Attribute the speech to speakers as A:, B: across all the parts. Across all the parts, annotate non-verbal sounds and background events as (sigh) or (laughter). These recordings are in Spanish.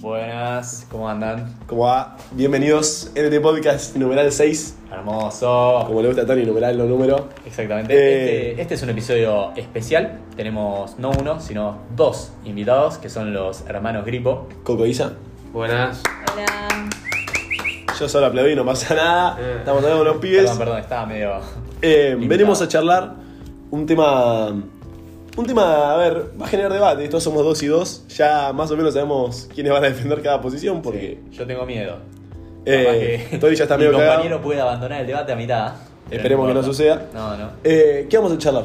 A: Buenas, ¿cómo andan?
B: ¿Cómo va? Bienvenidos NT Podcast numeral 6.
A: Hermoso.
B: Como le gusta a Tony, numeral no número.
A: Exactamente.
B: Eh.
A: Este, este es un episodio especial. Tenemos no uno, sino dos invitados, que son los hermanos Gripo.
B: Coco Isa.
C: Buenas.
D: Hola.
B: Yo solo aplaudí, no pasa nada.
C: Eh.
B: Estamos hablando con los pibes.
A: Perdón, perdón, estaba medio...
B: Eh,
A: Limitado.
B: venimos a charlar un tema. Un tema, a ver, va a generar debate. Todos somos dos y dos. Ya más o menos sabemos quiénes van a defender cada posición porque.
A: Sí, yo tengo miedo.
B: eh,
A: Capaz que
B: Tony ya
A: (laughs)
B: está
A: mi
B: medio
A: compañero
B: cagado.
A: puede abandonar el debate a mitad. Pero
B: Esperemos que no
A: importa.
B: suceda.
A: No, no.
B: Eh, ¿Qué vamos a charlar?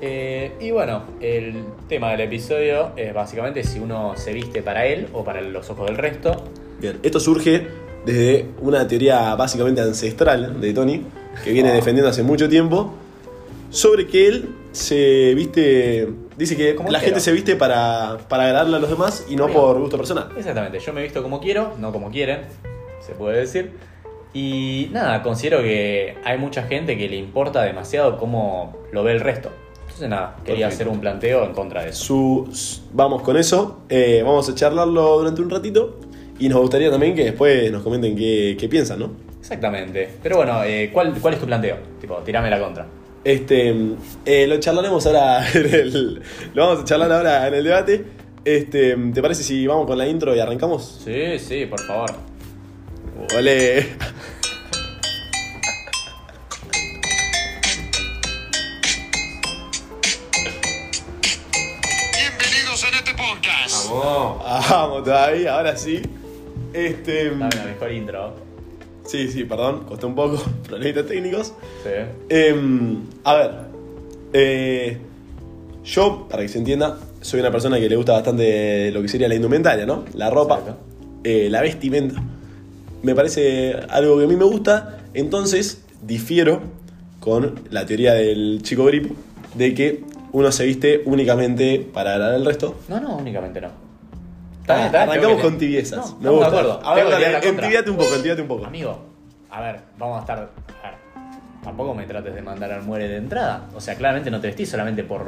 A: Eh, y bueno, el tema del episodio es básicamente si uno se viste para él o para los ojos del resto.
B: Bien, esto surge desde una teoría básicamente ancestral de Tony, que viene
A: Ah.
B: defendiendo hace mucho tiempo, sobre que él se viste, dice que
A: Como
B: la
A: quiero.
B: gente se viste para, para agradarle a los demás y no
A: Bien.
B: por gusto personal.
A: Exactamente, yo me he visto como quiero, no como quieren, se puede decir. Y nada, considero que hay mucha gente que le importa demasiado cómo lo ve el resto. Entonces nada, quería
B: Perfecto.
A: hacer un planteo en contra de eso.
B: Su- su- vamos con eso, eh, vamos a charlarlo durante un ratito y nos gustaría también que después nos comenten qué, qué piensan, ¿no?
A: Exactamente. Pero bueno, eh, ¿cuál, ¿cuál es tu planteo? Tipo, tirame la contra.
B: Este, eh, lo charlaremos ahora, (laughs) en el- lo vamos a charlar ahora en el debate. Este, ¿Te parece si vamos con la intro y arrancamos?
A: Sí, sí, por favor.
B: Ole.
E: Bienvenidos en este podcast.
C: Vamos.
B: Vamos todavía, ahora sí. Este.
A: Dame la mejor intro.
B: Sí, sí, perdón, costó un poco. (laughs) Problemitas técnicos.
A: Sí.
B: Em, a ver. eh, yo, para que se entienda, soy una persona que le gusta bastante lo que sería la indumentaria, ¿no? La ropa,
A: Exacto.
B: eh, la vestimenta. Me parece algo que a mí me gusta. Entonces, difiero con la teoría del chico grip de que uno se viste únicamente para agradar al resto
A: No, no, únicamente no.
B: Ah,
A: Está bien, está bien, creo
B: arrancamos
A: que
B: con
A: te-
B: tibiezas.
A: No,
B: me
A: estamos
B: gusta.
A: de acuerdo.
B: A
A: Tengo
B: ver,
A: que
B: dale,
A: tirar la contra.
B: entibiate un poco, entibiate un poco.
A: Amigo, a ver, vamos a estar. A ver, tampoco me trates de mandar al muere de entrada. O sea, claramente no te vestís solamente por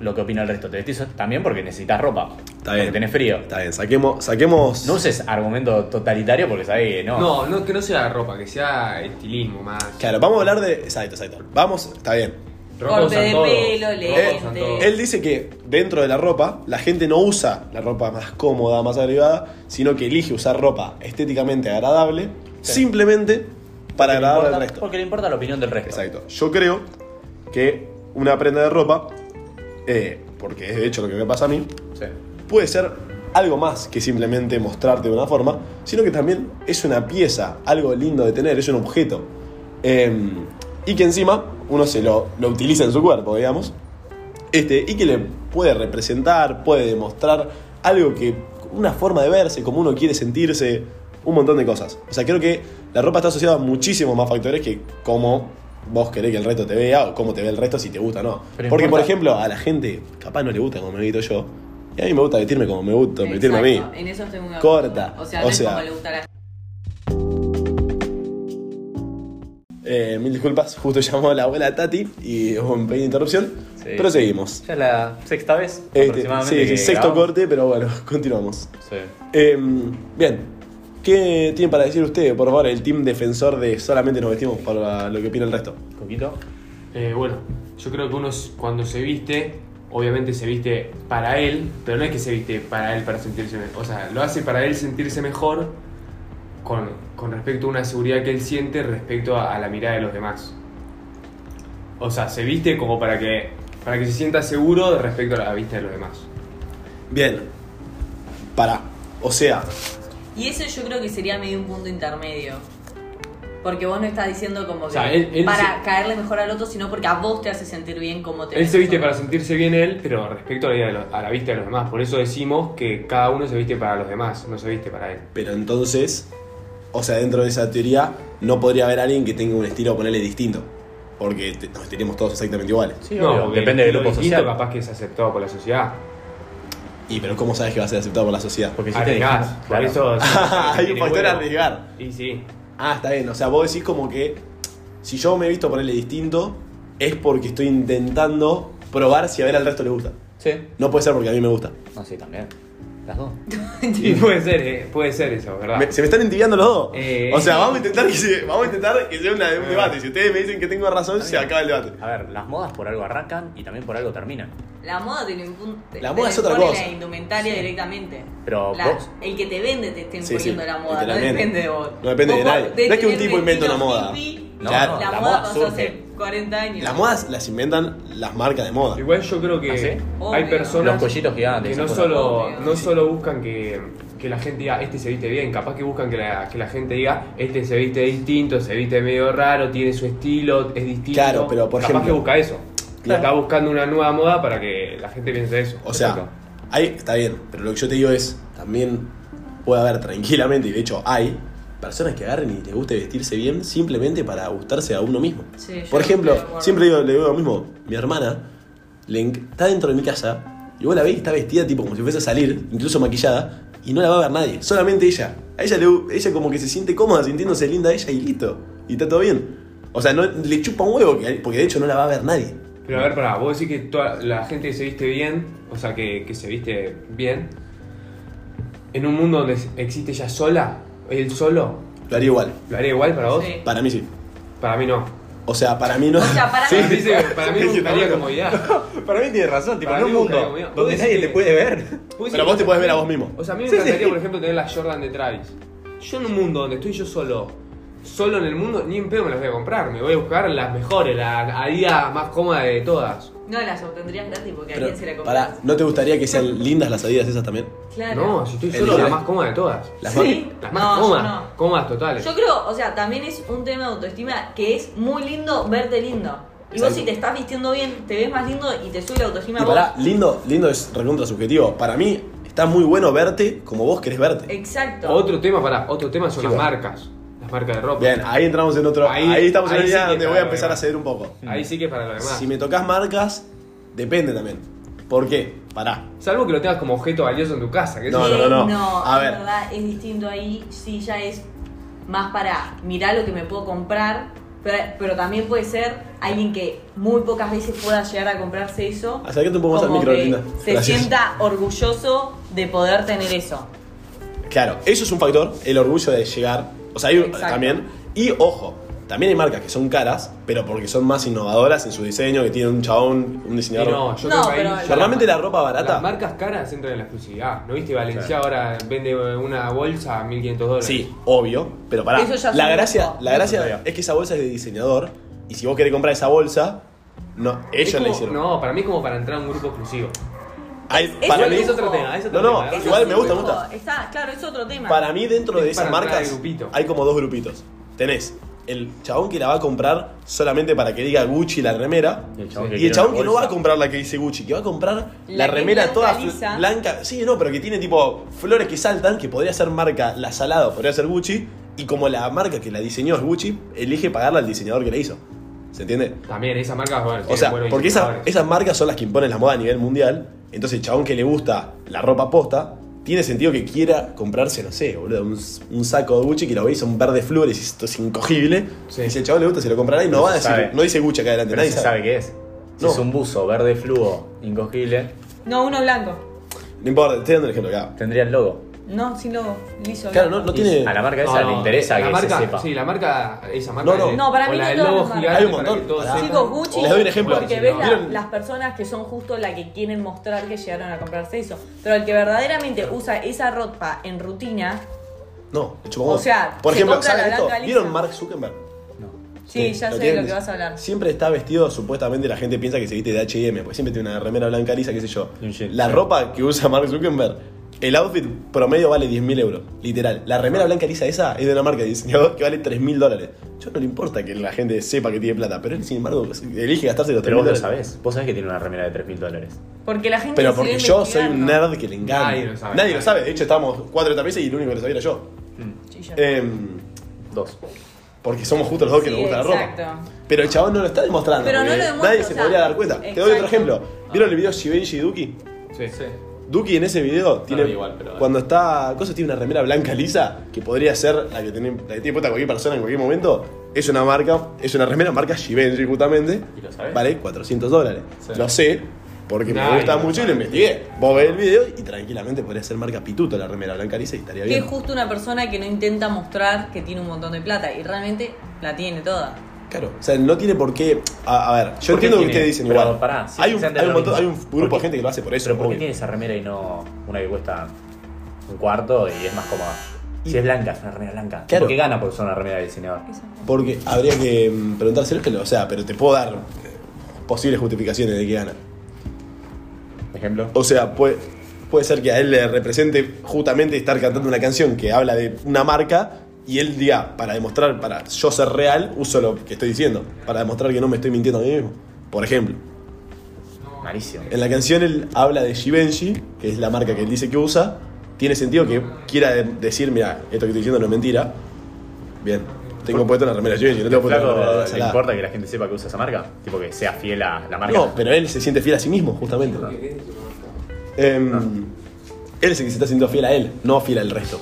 A: lo que opina el resto, te vestís también porque necesitas ropa. porque
B: bien.
A: tenés frío.
B: Está bien, saquemos. saquemos...
A: No uses argumento totalitario porque sabés que no.
C: No, no, que no sea ropa, que sea estilismo más.
B: Claro, vamos a hablar de. Exacto, exacto. Vamos, está bien. Eh,
C: Ropa
D: Corte
C: usan
D: de
C: todos,
D: pelo,
C: ropa
D: lentes.
C: usan todos.
B: Él dice que dentro de la ropa, la gente no usa la ropa más cómoda, más agregada, sino que elige usar ropa estéticamente agradable,
A: Sí.
B: simplemente para
A: Porque le
B: agradar al
A: importa-
B: resto.
A: Porque le importa la opinión del resto.
B: Exacto. Yo creo que una prenda de ropa, eh, porque es de hecho lo que me pasa a mí,
A: Sí.
B: puede ser algo más que simplemente mostrarte de una forma, sino que también es una pieza, algo lindo de tener, es un objeto. Em, y que encima uno se lo, lo utiliza en su cuerpo, digamos. Este, y que le puede representar, puede demostrar algo que. una forma de verse, como uno quiere sentirse, un montón de cosas. O sea, creo que la ropa está asociada a muchísimos más factores que cómo vos querés que el resto te vea o cómo te ve el resto si te gusta o no.
A: Pero
B: Porque, por
A: importa-
B: ejemplo, a la gente capaz no le gusta como me visto yo. Y a mí me gusta vestirme como me gusta vestirme a mí.
D: Exacto, En eso estoy muy de
B: Corta,
D: acuerdo. O sea,
B: o
D: no es
B: sea-
D: como le gusta a la gente.
B: Eh, mil disculpas, justo llamó la abuela Tati y hubo un pequeña interrupción.
A: Sí.
B: Pero seguimos.
A: Ya es la sexta vez.
B: Este,
A: aproximadamente.
B: sí, sí,
A: que
B: sexto
A: grabamos.
B: corte, pero bueno, (laughs) continuamos.
A: Sí.
B: Eh, bien. ¿Qué tienen para decir ustedes, por favor, el team defensor de solamente nos vestimos para lo que opina el resto?
A: Coquito.
C: Eh, bueno, yo creo que uno s- cuando se viste, obviamente se viste para él, pero no es que se viste para él para sentirse mejor. O sea, lo hace para él sentirse mejor con, con respecto a una seguridad que él siente respecto a, a la mirada de los demás. O sea, se viste como para que, para que se sienta seguro respecto a la vista de los demás.
B: Bien. Para. O sea,
D: Y eso yo creo que sería medio un punto intermedio. Porque vos no estás diciendo como que
C: O sea, él- él
D: para
C: se-
D: caerle mejor al otro, sino porque a vos te hace sentir bien como te
C: Él
D: ves
C: se viste
D: solo.
C: para sentirse bien él, pero respecto a la, vida de los- a la vista de los demás. Por eso decimos que cada uno se viste para los demás, no se viste para él.
B: pero entonces, o sea, dentro de esa teoría, no podría haber alguien que tenga un estilo, ponerle distinto. Porque te- nos vestiremos todos exactamente iguales.
A: Sí, obvio,
C: porque
A: depende del
C: lo
A: grupo
C: distinto
A: social.
C: capaz que es aceptado por la sociedad.
B: Y pero ¿cómo sabes que va a ser aceptado por la sociedad?
A: Porque si te
C: Arriesgás,
A: dijimos-
C: por
A: claro. (laughs)
C: eso...
B: Hay un
C: tiene
B: factor a
C: huevo.
B: arriesgar.
C: Y sí, (laughs)
B: Ah, está bien. O sea, vos decís como que si yo me he visto ponerle distinto, es porque estoy intentando probar si a ver al resto le gusta.
A: Sí.
B: No puede ser porque a mí me gusta.
A: No, sí, también. Las dos.
C: Y puede ser, eh, puede ser eso, ¿verdad?
B: Me- se me están entibiando los dos.
C: Eh,
B: o sea,
C: eh.
B: vamos a intentar que, se- vamos a intentar que sea una- un
C: Eh.
B: debate. Si ustedes me dicen que tengo razón, se acaba el debate.
A: A ver, las modas por algo arrancan y también por algo terminan.
D: La moda tiene un punto.
B: La moda
D: te
B: es otra
D: pone
B: cosa.
D: la indumentaria directamente.
A: Pero
D: La-
A: vos-
D: el que te vende te está
B: Sí,
D: imponiendo
B: sí,
D: la moda, no
B: literalmente.
D: depende de vos.
B: No depende
D: Vos
B: de nadie.
D: podés
B: No es que un
D: tener
B: tipo inventa una
D: vestidos
B: moda.
D: hippie,
A: No,
B: Claro.
A: no,
D: la,
A: la
D: moda
A: moda
D: pasó hace
A: surge.
D: 40 años.
B: Las modas las inventan las marcas de moda.
C: Igual yo creo que
A: ¿Ah, sí?
C: hay
D: Obvio.
C: personas
A: Los cuellitos gigantes,
C: que no
A: esas cosas.
C: solo,
D: Obvio.
C: no solo buscan que, que la gente diga, este se viste bien, capaz que buscan que la, que la gente diga, este se viste distinto, se viste medio raro, tiene su estilo, es distinto.
B: Claro, pero, por
C: capaz
B: ejemplo-
C: que busca eso.
B: Claro.
C: Está buscando una nueva moda para que la gente piense eso.
B: O sea,
A: Exacto.
B: hay, está bien, pero lo que yo te digo es, también puede haber tranquilamente, y de hecho hay, personas que agarren y les guste vestirse bien simplemente para gustarse a uno mismo.
D: Sí, yo
B: Por ejemplo,
D: estoy de acuerdo.
B: siempre digo, le digo lo mismo, mi hermana le enc- está dentro de mi casa y vos la ves y está vestida tipo como si fuese a salir, incluso maquillada, y no la va a ver nadie, solamente ella. A ella, le, gu- ella como que se siente cómoda sintiéndose linda ella y listo, y está todo bien. O sea, no, le chupa un huevo, que- porque de hecho no la va a ver nadie.
C: Pero a
B: mm.
C: ver, pará, vos decís que toda la gente que se viste bien, o sea, que, que se viste bien, en un mundo donde existe ella sola, él solo,
B: Lo haría igual,
C: ¿lo haría igual para vos?
D: Sí.
B: para mí sí.
C: Para mí no.
B: O sea, para mí no.
D: O sea, para
B: Sí.
D: mí
C: Para mí, se- para mí
B: (laughs)
C: me
B: Sí,
C: gustaría
B: tampoco.
C: comodidad.
A: Para mí tiene razón,
C: tipo, en un mundo donde nadie te puede
A: ver.
B: (laughs) Pero vos te podés ver a vos mismo.
C: O sea, a mí me
A: Sí,
C: encantaría,
A: sí.
C: por ejemplo, tener la Jordan de Travis. Yo en un mundo donde estoy yo solo, solo en el mundo, ni en pedo me las voy a comprar. Me voy a buscar las mejores, la Adidas más cómoda de todas.
D: No las obtendrías gratis porque a
B: Pero,
D: quién se la compras.
B: pará, ¿no te gustaría que sean lindas las adidas esas también?
D: Claro.
C: No, si estoy
B: El
C: solo,
B: día
C: la
B: de-
C: más cómoda de todas.
B: Las
D: Sí.
C: Las
D: No,
C: más
D: yo
C: cómodas,
D: no.
C: cómodas totales.
D: Yo creo, o sea, también es un tema de autoestima que es muy lindo verte lindo. Y vos
B: Exacto.
D: si te estás vistiendo bien, te ves más lindo y te sube la autoestima
B: Y
D: a vos.
B: pará, lindo, lindo es recontra subjetivo. Para mí, está muy bueno verte como vos querés verte.
D: Exacto.
C: Otro tema, para otro tema son
B: Sí,
C: las
B: bueno.
C: marcas. Las marcas de ropa.
B: Bien, ahí entramos en otro. Ahí,
C: Ahí-
B: estamos en
C: ahí
B: una
C: sí
B: idea
C: que
B: donde
C: está,
B: voy a empezar
C: bueno.
B: a ceder un poco.
C: Ahí sí que es para lo demás.
B: Si me tocas marcas, depende también. ¿Por qué? Pará.
C: Salvo que lo tengas como objeto valioso en tu casa. Que eso-
B: No,
D: Eh,
B: no, no, no. A
D: es
B: ver.
D: verdad, es distinto ahí. Sí, ya es más para mirar lo que me puedo comprar. Pero, pero también puede ser alguien que muy pocas veces pueda llegar a comprarse eso.
B: Acércate un poco más al
D: como
B: micro,
D: que
B: Linda.
D: Se
B: Gracias.
D: sienta orgulloso de poder tener eso.
B: Claro, eso es un factor, el orgullo de llegar. O sea, hay un-
D: Exacto.
B: también. Y ojo, también hay marcas que son caras, pero porque son más innovadoras en su diseño, que tienen un chabón, un
C: Y
B: diseñador.
C: no, yo creo
D: No,
C: que ahí
D: pero-
C: ya las
B: Normalmente la
C: marcas-
B: ropa barata.
C: Las marcas caras entran en la exclusividad. ¿No viste? Valencia ahora vende una bolsa a 1.500 dólares.
B: Sí, obvio, pero pará.
D: Eso ya
B: la
D: son
B: gracia,
D: lujo.
B: la gracia es que esa bolsa es de diseñador y si vos querés comprar esa bolsa, no,
C: Es
B: ellos la
C: como-
B: hicieron.
C: No, para mí es como para entrar a un grupo exclusivo.
B: Hay-
D: es
B: para
D: un
B: mí,
D: lujo.
C: es
B: No, no,
C: ¿verdad?
D: Eso
B: Igual
D: es
B: me
D: un
B: gusta, me
D: lujo.
B: gusta.
D: Está, claro, es otro tema.
B: para mí dentro de
C: Es
B: esas
C: para entrar
B: marcas
C: al grupito.
B: hay como dos grupitos. Tenés el chabón que la va a comprar solamente para que diga Gucci la remera
A: Y el chabón que
B: y el
A: quiere
B: chabón
A: una
B: que no va
A: bolsa.
B: a comprar la que dice Gucci, que va a comprar la,
D: La que es
B: remera
D: blanca,
B: toda
D: lisa.
B: blanca. Sí, no, pero que tiene tipo flores que saltan, que podría ser marca La Salado, podría ser Gucci. Y como la marca que la diseñó es Gucci, elige pagarla al diseñador que la hizo. ¿Se entiende?
C: También, esas marcas, bueno,
B: O
C: tienen
B: sea,
C: buenos
B: porque esa-
C: diseñadores.
B: esas marcas son las que imponen la moda a nivel mundial. Entonces, el chabón que le gusta la ropa posta, tiene sentido que quiera comprarse, no sé, boludo, un, un saco de Gucci que lo veis son verde flores y esto es incogible.
C: Sí.
B: Y si el chabón le gusta, se lo comprará y no,
A: No
B: va a
A: se
B: decir,
A: sabe.
B: no dice Gucci acá adelante,
A: Pero
B: nadie
A: se sabe qué es. Si
B: No.
A: es un buzo verde fluo, incogible,
D: No, uno blanco.
B: No importa, estoy dando el ejemplo acá.
A: tendría el logo.
D: No, sin logo. Liso.
B: Claro, no,
D: blanco.
B: no tiene.
A: A la marca
C: No,
A: esa le
C: no,
A: interesa
C: la
A: que
C: marca,
A: se sepa.
C: Sí, la marca, esa marca.
B: No, no.
C: de-
D: No, para mí
C: o la
D: no
C: del
D: todas
C: logo
D: las marcas.
C: gigante
B: Hay un
C: para
B: montón.
C: que todos
B: Pará.
C: sepan.
D: Chicos, Gucci.
B: Les doy un ejemplo.
D: Porque ves la-
B: ¿Vieron?
D: las personas que son justo las que quieren mostrar que llegaron a comprarse eso. Pero el que verdaderamente usa esa ropa en rutina.
B: No, el chupamón.
D: O sea,
B: por
D: se
B: ejemplo,
D: compra
B: ¿saben
D: la
B: esto?
D: blanca
B: ¿Vieron
D: lisa?
B: Mark Zuckerberg?
D: Sí, ya sé de
B: tienen-
D: lo que vas a hablar.
B: Siempre está vestido, supuestamente la gente piensa que se viste de H&M, pues siempre tiene una remera blanca lisa, qué sé yo.
A: Y un jean,
B: La
A: sí.
B: ropa que usa Mark Zuckerberg, el outfit promedio vale 10.000 euros, literal. La remera blanca lisa esa es de una marca de diseñador que vale 3.000 dólares. Yo no le importa que la gente sepa que tiene plata, pero él sin embargo elige gastarse los 3.000
A: Pero vos lo
B: dólares.
A: sabés. Vos sabés que tiene una remera de 3 mil dólares.
D: Porque la gente.
B: Pero
D: se
B: porque
D: ve
B: yo soy un
D: investigando.
B: nerd que le encanta.
C: Nadie lo sabe.
B: Nadie lo sabe. De hecho, estábamos cuatro de y el único que lo sabía era yo.
D: Sí, yo.
B: Em,
A: Dos.
B: porque somos justo los dos que
D: Sí,
B: nos gusta la ropa.
D: exacto.
B: Pero el chabón no lo está demostrando.
D: Pero no
B: porque
D: lo demuestra,
B: Nadie se
D: o sea,
B: podría dar cuenta. Te doy otro
D: exacto.
B: ejemplo. ¿Vieron el video Shibenji y Duki?
C: Sí, sí.
B: Duki en ese video tiene.
C: vi igual, pero-
B: cuando está. Cosa tiene una remera blanca lisa, que podría ser la que tiene, la que tiene puesta cualquier persona en cualquier momento. Es una marca, es una remera marca Givenchy justamente.
A: ¿Y lo sabés?
B: Vale 400 dólares. Lo sé, Porque
C: Nah,
B: me gusta
C: no,
B: mucho y
C: no.
B: lo investigué. Vos ves el video y tranquilamente podría ser marca Pituto la remera blanca lisa y estaría
D: Que
B: bien.
D: es justo una persona que no intenta mostrar que tiene un montón de plata y realmente la tiene toda.
B: Claro, o sea, no tiene por qué. A, a ver, yo
A: ¿Por qué
B: entiendo lo que
A: tiene?
B: ustedes dicen
A: Pero
B: igual.
A: pará, sí,
B: hay, un,
A: se entiende
B: hay un
A: lo
B: montón-
A: mismo.
B: hay un grupo
A: ¿Por
B: de
A: qué?
B: gente que lo hace por eso.
A: Pero ¿por qué
B: obvio.
A: tiene esa remera y no una que cuesta un cuarto y es más cómoda? Si es blanca, es una remera blanca.
B: Claro.
A: ¿Por qué gana por ser una remera de diseñador?
B: Porque habría que mm, preguntárselo, pero, o sea, pero te puedo dar eh, posibles justificaciones de que gana.
A: Ejemplo.
B: O sea, puede, puede ser que a él le represente justamente estar cantando una canción que habla de una marca y él diga, para demostrar, para yo ser real, uso lo que estoy diciendo, para demostrar que no me estoy mintiendo a mí mismo. Por ejemplo,
A: Malísimo.
B: en la canción él habla de Givenchy, que es la marca que él dice que usa. Tiene sentido que quiera de- decir, mira, esto que estoy diciendo no es mentira. Bien, tengo puesto una remera Givenchy, no tengo puesto una remera
A: Flaco, ¿le
B: Zara.
A: importa que la gente sepa que usa esa marca? Tipo que sea fiel a la marca. Ah.
B: No, pero él se siente fiel a sí mismo, justamente. Em, Él es el que se está sintiendo fiel a él, no fiel al resto.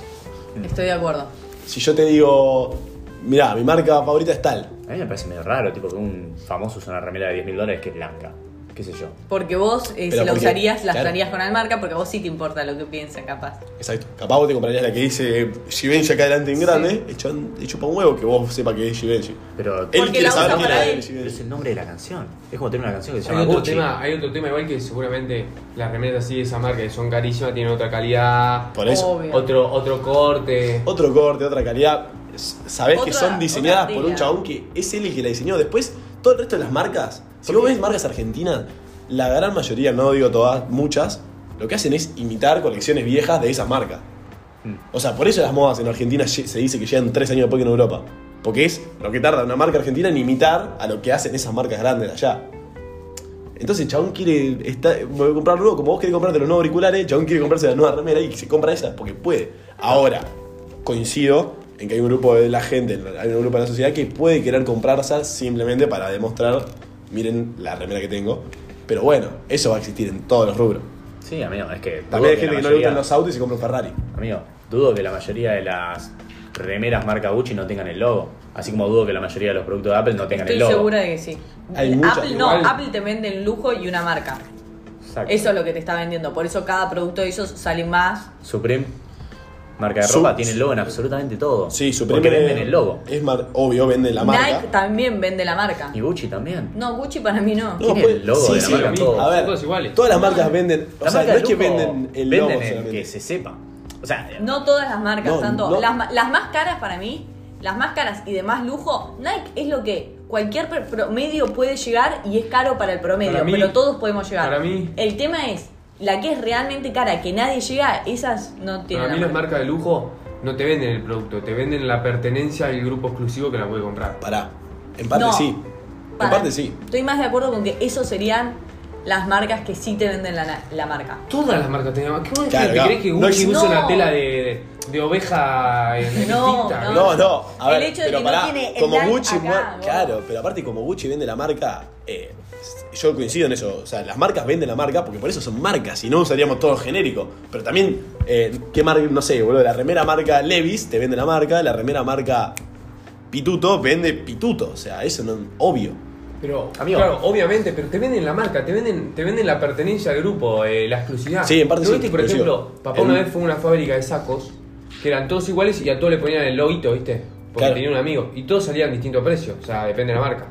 D: Estoy de acuerdo.
B: Si yo te digo, mirá, mi marca favorita es tal.
A: A mí me parece medio raro, tipo que un famoso usa una remera de 10 mil dólares que es blanca. ¿Qué sé yo?
D: Porque vos, eh, si
B: Pero
D: la
B: porque-
D: usarías, la
B: claro.
D: usarías con la marca, porque a vos sí te importa lo que piensan, capaz.
B: Exacto. Capaz vos te comprarías la que dice Givenchy acá adelante en grande, hecho, en- hecho pa' un huevo que vos sepa que es Givenchy.
A: Pero,
B: Él
D: Porque
B: quiere
D: la usa
B: saber quién
D: para
B: es
D: él.
A: pero es
B: Givenchy.
A: el nombre de la canción. Es como tener una canción que se
C: Hay
A: llama
C: otro,
A: Gucci.
C: tema, hay otro tema igual que seguramente las remeras así de esa marca que son carísimas tienen otra calidad,
B: Por eso.
D: Obvio.
C: otro, otro corte.
B: Otro corte, otra calidad. S- Sabés que
D: Otra-
B: son diseñadas
D: otra
B: por un
D: tela.
B: chabón que es él el que la diseñó. Después, todo el resto de las marcas, si vos ves marcas argentinas, la gran mayoría, no digo todas, muchas, lo que hacen es imitar colecciones viejas de esas marcas.
A: Mm.
B: O sea, por eso las modas en Argentina lle- se dice que llegan tres años después que en Europa. Porque es lo que tarda una marca argentina en imitar a lo que hacen esas marcas grandes de allá. Entonces, el chabón quiere está, voy a comprar nuevo, como vos querés comprarte los nuevos auriculares, el chabón quiere comprarse la nueva remera y se compra esa porque puede. Ahora, coincido en que hay un grupo de la gente, hay un grupo de la sociedad que puede querer comprarse simplemente para demostrar, miren la remera que tengo. Pero bueno, eso va a existir en todos los rubros.
A: Sí, amigo, es que. dudo
B: También hay gente
A: la
B: que no le gustan
A: mayoría-
B: los autos y se compra un Ferrari.
A: Amigo, dudo que la mayoría de las remeras marca Gucci no tengan el logo. Así como dudo que la mayoría de los productos de Apple no tengan
D: Estoy
A: el logo.
D: segura de que sí.
B: Hay muchas-
D: Apple no,
C: Igual-
D: Apple te vende el lujo y una marca.
A: Exacto.
D: Eso es lo que te está vendiendo. Por eso cada producto de ellos sale más.
A: Supreme, marca de
B: Su-
A: ropa, tiene el logo en absolutamente todo.
B: Sí, Supreme
A: Porque venden el logo.
B: Es mar- obvio, venden la marca.
D: Nike también vende la marca.
A: Y Gucci también.
D: No, Gucci para mí no.
B: No,
A: tiene el logo de la marca
C: en todo.
B: A ver,
C: Son todos iguales.
B: todas las marcas venden. O
A: La
B: sea,
A: marca
B: no
A: de
B: es que
A: lujo
B: venden el
A: venden
B: logo
A: el
B: solamente.
A: que se sepa. O sea,
D: No todas las marcas,
B: No,
D: tanto.
B: no.
D: Las, ma- las más caras para mí, las más caras y de más lujo, Nike es lo que cualquier per- promedio puede llegar y es caro para el promedio,
C: Para mí-
D: pero todos podemos llegar.
C: para mí-
D: El tema es, la que es realmente cara, que nadie llega, esas no tienen.
C: Para mí
D: la
C: las
D: marca.
C: marcas de lujo no te venden el producto, te venden la pertenencia al grupo exclusivo que la puede comprar.
B: Pará. En parte
D: No.
B: sí.
D: Para-
B: En parte sí.
D: Estoy más de acuerdo con que eso serían las marcas que sí te venden la, la marca.
C: Todas las marcas tenían ¿Qué vos
B: Claro,
C: te
B: claro.
C: crees que
B: No
C: Gucci
B: existe-
C: usa una
D: No.
C: tela de, de oveja en
D: No,
C: elitista?
D: no.
B: No, no. A
D: El
B: ver,
D: hecho de
B: pero
D: que no
B: pará.
D: tiene el
B: como
D: Nike
B: Gucci.
D: acá,
B: muer-
D: vos.
B: claro, pero aparte, como Gucci vende la marca. eh, yo coincido en eso. O sea, las marcas venden la marca porque por eso son marcas. Si no, usaríamos todo genérico. Pero también, eh, ¿qué marca? No sé, boludo. La remera marca Levis te vende la marca. La remera marca Pituto vende Pituto. O sea, eso no obvio.
C: Pero,
A: Amigo.
C: claro, obviamente, pero te venden la marca, te venden, te venden la pertenencia al grupo, eh, la exclusividad.
B: Sí, en parte
C: ¿No
B: sí,
C: viste, por
B: exclusivo.
C: ejemplo, papá
B: En-
C: una vez fue a una fábrica de sacos que eran todos iguales y a todos le ponían el loguito, ¿viste? Porque
B: Claro.
C: tenían un amigo. Y todos salían a distinto precio, o sea, depende de la marca.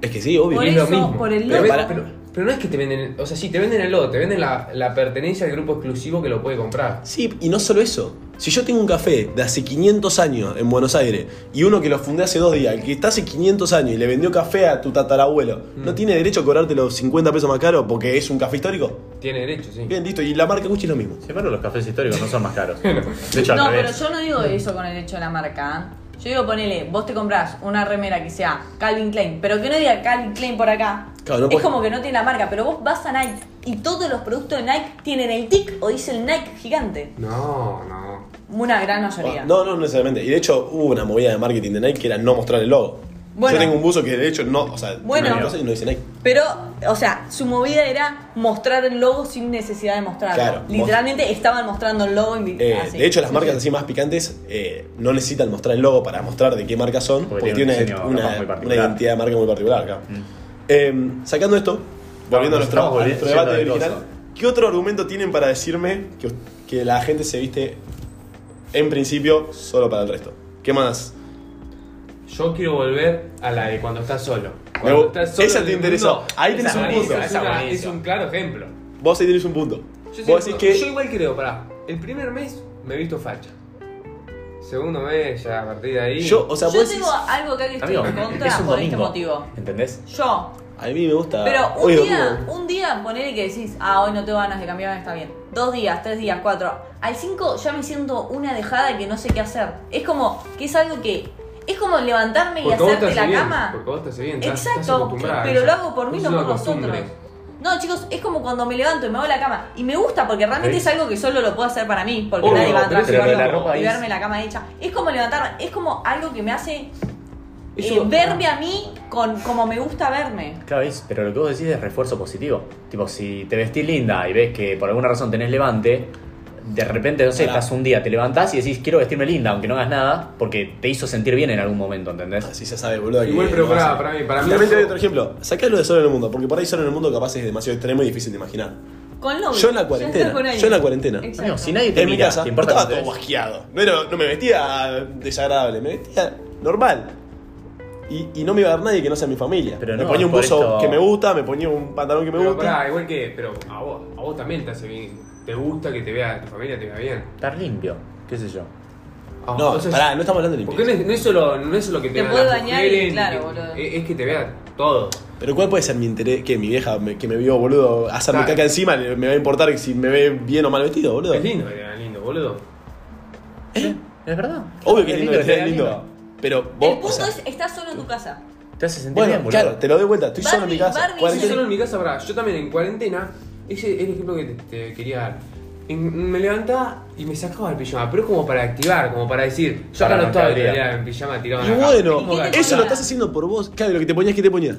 B: Es que sí, obvio.
D: Por
C: Y es
D: eso,
C: lo mismo.
D: por el
C: pero,
B: logo.
C: para- pero- pero no es que te venden, o sea, sí, te venden el logo, te venden la, la pertenencia al grupo exclusivo que lo puede comprar.
B: Sí, y no solo eso. Si yo tengo un café de hace 500 años en Buenos Aires y uno que lo fundé hace dos días, el que está hace 500 años y le vendió café a tu tatarabuelo, ¿no tiene derecho a cobrarte los 50 pesos más caros porque es un café histórico?
C: Tiene derecho, sí.
B: Bien, listo. Y la marca Gucci es lo mismo.
A: Sin embargo, los cafés históricos no son más
D: (laughs)
A: caros. De hecho, al
D: No, pero
A: revés.
D: yo no digo eso con el hecho de la marca. ¿eh? Yo digo, ponele, vos te comprás una remera que sea Calvin Klein, pero que no diga Calvin Klein por acá.
B: Claro, no
D: es
B: puede-
D: como que no tiene la marca, pero vos vas a Nike y todos los productos de Nike tienen el tic o dice el Nike gigante.
C: No, no.
D: Una gran mayoría.
B: Ah, No, no necesariamente. Y de hecho hubo una movida de marketing de Nike que era no mostrar el logo.
D: Bueno.
B: Yo tengo un buzo que de hecho no, o sea,
D: Bueno.
B: tiene una cosa y no dice Nike.
D: Pero, o sea, su movida era mostrar el logo sin necesidad de mostrarlo.
B: Claro,
D: Literalmente estaban mostrando el logo. invi-
B: Eh,
D: así.
B: de hecho, las marcas así más picantes eh, no necesitan mostrar el logo para mostrar de qué marca son,
A: Porque
B: porque,
A: tiene un
B: tiene
A: diseño
B: una,
A: capaz muy
B: una
A: particular.
B: identidad de marca muy particular. claro. Eh, sacando esto, volviendo a nuestro,
A: estamos
B: a
A: volviendo
B: nuestro debate
A: del
B: original,
A: oso.
B: ¿qué otro argumento tienen para decirme que, que la gente se viste en principio solo para el resto? ¿Qué más?
C: Yo quiero volver a la de cuando estás solo.
B: Me
C: Cuando
B: gu- esa
C: en
B: te
C: el
B: interesó. Ahí tenés
C: esa
B: un
C: es
B: punto.
C: buenísima,
A: Esa
C: Es, una-
A: buenísima.
C: es un claro ejemplo.
B: Vos ahí tenés un punto.
C: Yo,
B: Vos decís
C: siempre-
B: que
C: yo igual creo, pará. El primer mes me he visto facha. Segundo mes, ya a partir de ahí.
B: yo, o sea,
D: Yo
B: vos decís,
D: tengo algo acá que estoy
A: Amigo,
D: en contra
A: es un
D: por este
A: domingo.
D: motivo.
A: ¿Entendés?
D: Yo,
B: a mí me gusta.
C: Ah,
D: pero un
B: hoy es
D: día,
B: domingo.
D: un día ponele que decís, ah, hoy no tengo ganas de cambiar, está bien. Dos días, tres días, cuatro. Al cinco ya me siento una dejada que no sé qué hacer. Es como, que es algo que, es como levantarme y
C: porque vos te
D: hacerte
C: hace
D: la
C: bien,
D: cama.
C: Porque vos te hace bien. estás- estás
D: Exacto,
C: acostumbrada a
D: pero
C: eso.
D: lo hago por mí,
C: Es
D: no
C: una
D: por
C: costumbre.
D: vosotros. No, chicos, es como cuando me levanto y me hago la cama. Y me gusta porque realmente
A: Sí.
D: es algo que solo lo puedo hacer para mí, porque
C: Obvio,
D: nadie va a
A: pero
D: entrar
A: pero
D: a
A: lo de la
D: verlo
A: ropa
D: y
A: es-
D: verme la cama hecha. Es como levantarme, es como algo que me hace
C: Es
D: eh,
B: ah.
C: un-
D: verme a mí con como me gusta verme.
A: Claro, es- pero lo que vos decís es refuerzo positivo. Tipo, si te vestís linda y ves que por alguna razón tenés levante, de repente, no sé,
B: Pará.
A: estás un día, te levantás y decís, quiero vestirme linda, aunque no hagas nada, porque te hizo sentir bien en algún momento, ¿entendés?
B: Así se sabe, boludo. que
C: Igual, pero
B: lo vas a
C: pará,
B: hacer.
C: para mí- para mí
B: Y También te
C: eso-
B: doy otro ejemplo. Sacalo de solo en el mundo, porque por ahí solo en el mundo capaz es demasiado extremo y difícil de imaginar.
D: Con novio.
B: Yo en la
D: Ya
B: cuarentena,
D: estás con alguien.
B: yo en la cuarentena.
D: Exacto.
A: Amigo, si nadie te
B: En mi
A: mira,
B: casa
A: te
B: no
A: importa
B: estaba
A: que te
B: todo
A: ves?
B: guasqueado. No, era- no me vestía desagradable, me vestía normal. Y, y no me iba a ver nadie que no sea mi familia.
A: Pero
B: me
A: no,
B: ponía un
A: por
B: buzo
A: esto-
B: que me gusta, me ponía un pantalón que me
C: Pero
B: gusta.
C: pará, igual que. Pero a vos, a vos también te hace bien. Te gusta que te vea, tu familia te vea bien.
A: Estar limpio, qué sé yo.
C: Ah,
B: no,
C: entonces-
B: pará, no estamos hablando de
C: Porque no
B: limpieza.
C: es, no es solo, no es solo que te,
D: Te
C: vean
D: puedo
C: las
D: bañar y
C: mujeres, ni
D: claro,
C: que-
D: boludo.
C: Es, es que te vea todo.
B: Pero ¿cuál puede ser mi interés? Que mi vieja me- que me vio, boludo, hacerme
C: Claro.
B: caca encima, le- me va a importar si me ve bien o mal vestido, boludo.
C: Es lindo que te vean lindo, boludo.
A: ¿Es verdad?
B: Obvio que es lindo, que
A: te
B: sea lindo. Pero vos.
D: El punto
B: o sea,
D: es, estás solo en tu casa.
A: Te hace sentir bien,
B: bueno,
A: boludo.
B: claro, te lo doy vuelta, estoy solo en mi
D: Barbie,
B: casa.
D: Barbie,
C: Yo solo
B: cuarentena.
C: en mi casa, pará, yo también en cuarentena, ese es el ejemplo que te, te quería dar. En- me levantaba y me sacaba el pijama, pero es como para activar, como para decir, yo
A: Para
C: acá no estaba
A: arrancar el día.
C: todavía en pijama tirado en
B: Y
C: la cama.
B: bueno,
D: ¿Y qué te
B: eso
D: ponía?
B: lo estás haciendo por vos. Claro, lo que te ponías, ¿qué te ponías?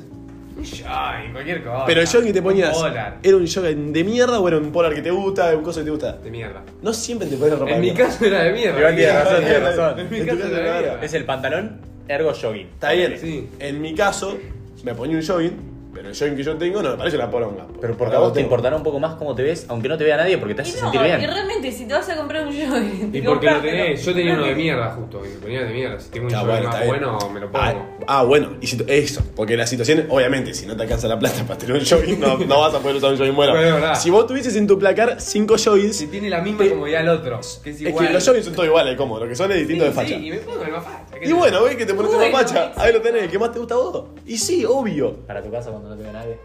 C: Ay, cualquier cosa.
B: Pero el jogging que te
C: Un
B: ponías,
C: polar
B: ¿era un jogging de mierda o era un polar que te gusta, un coso que te gusta?
C: de mierda.
B: No siempre te pones ropa de
C: En mi
B: mierda.
C: caso era de mierda.
A: Iván
C: (laughs)
A: tiene razón,
C: En mi
A: tiene razón.
B: En tu
C: caso era de
B: casa era de
C: mierda.
B: mierda.
A: Es el pantalón ergo jogging.
B: Está bien.
C: Sí.
B: En mi caso, me ponía un jogging, pero el jogging que yo tengo no me parece una poronga.
A: Pero porque
B: Acá
A: a vos te
B: tengo.
A: importará un poco más cómo te ves, aunque no te vea nadie, porque te
D: Y
A: hace
D: no,
A: sentir
D: y
A: bien.
D: realmente si te vas a comprar un jogging
C: Y
D: te
C: porque lo
D: compras,
C: tenés,
D: pero-
C: yo tenía uno de mierda justo, y me ponía de mierda. Si tengo un
B: Ah,
C: jogging
B: bueno, está
C: más
B: bien.
C: bueno, me lo
B: Ah,
C: pongo.
B: ah, bueno, y si t- eso, porque la situación, obviamente, si no te alcanza la plata (laughs) para tener un jogging, no, no vas a poder usar un jogging bueno.
C: Bueno, verdad.
B: si vos tuvieses en tu placar cinco joggings,
C: Si tiene la misma comodidad el otro, que es
B: es
C: igual.
B: que los joggings son todos iguales, como, lo que son es distinto de facha.
C: Sí, y me pongo el más facha. ¿qué
B: Y
C: sé
B: bueno,
C: yo?
B: ves que te pones una
D: Bueno,
B: facha, ahí lo tenés,
D: exacto.
B: ¿qué más te gusta a vos? Y sí, obvio.
A: Para tu casa cuando no te vea nadie.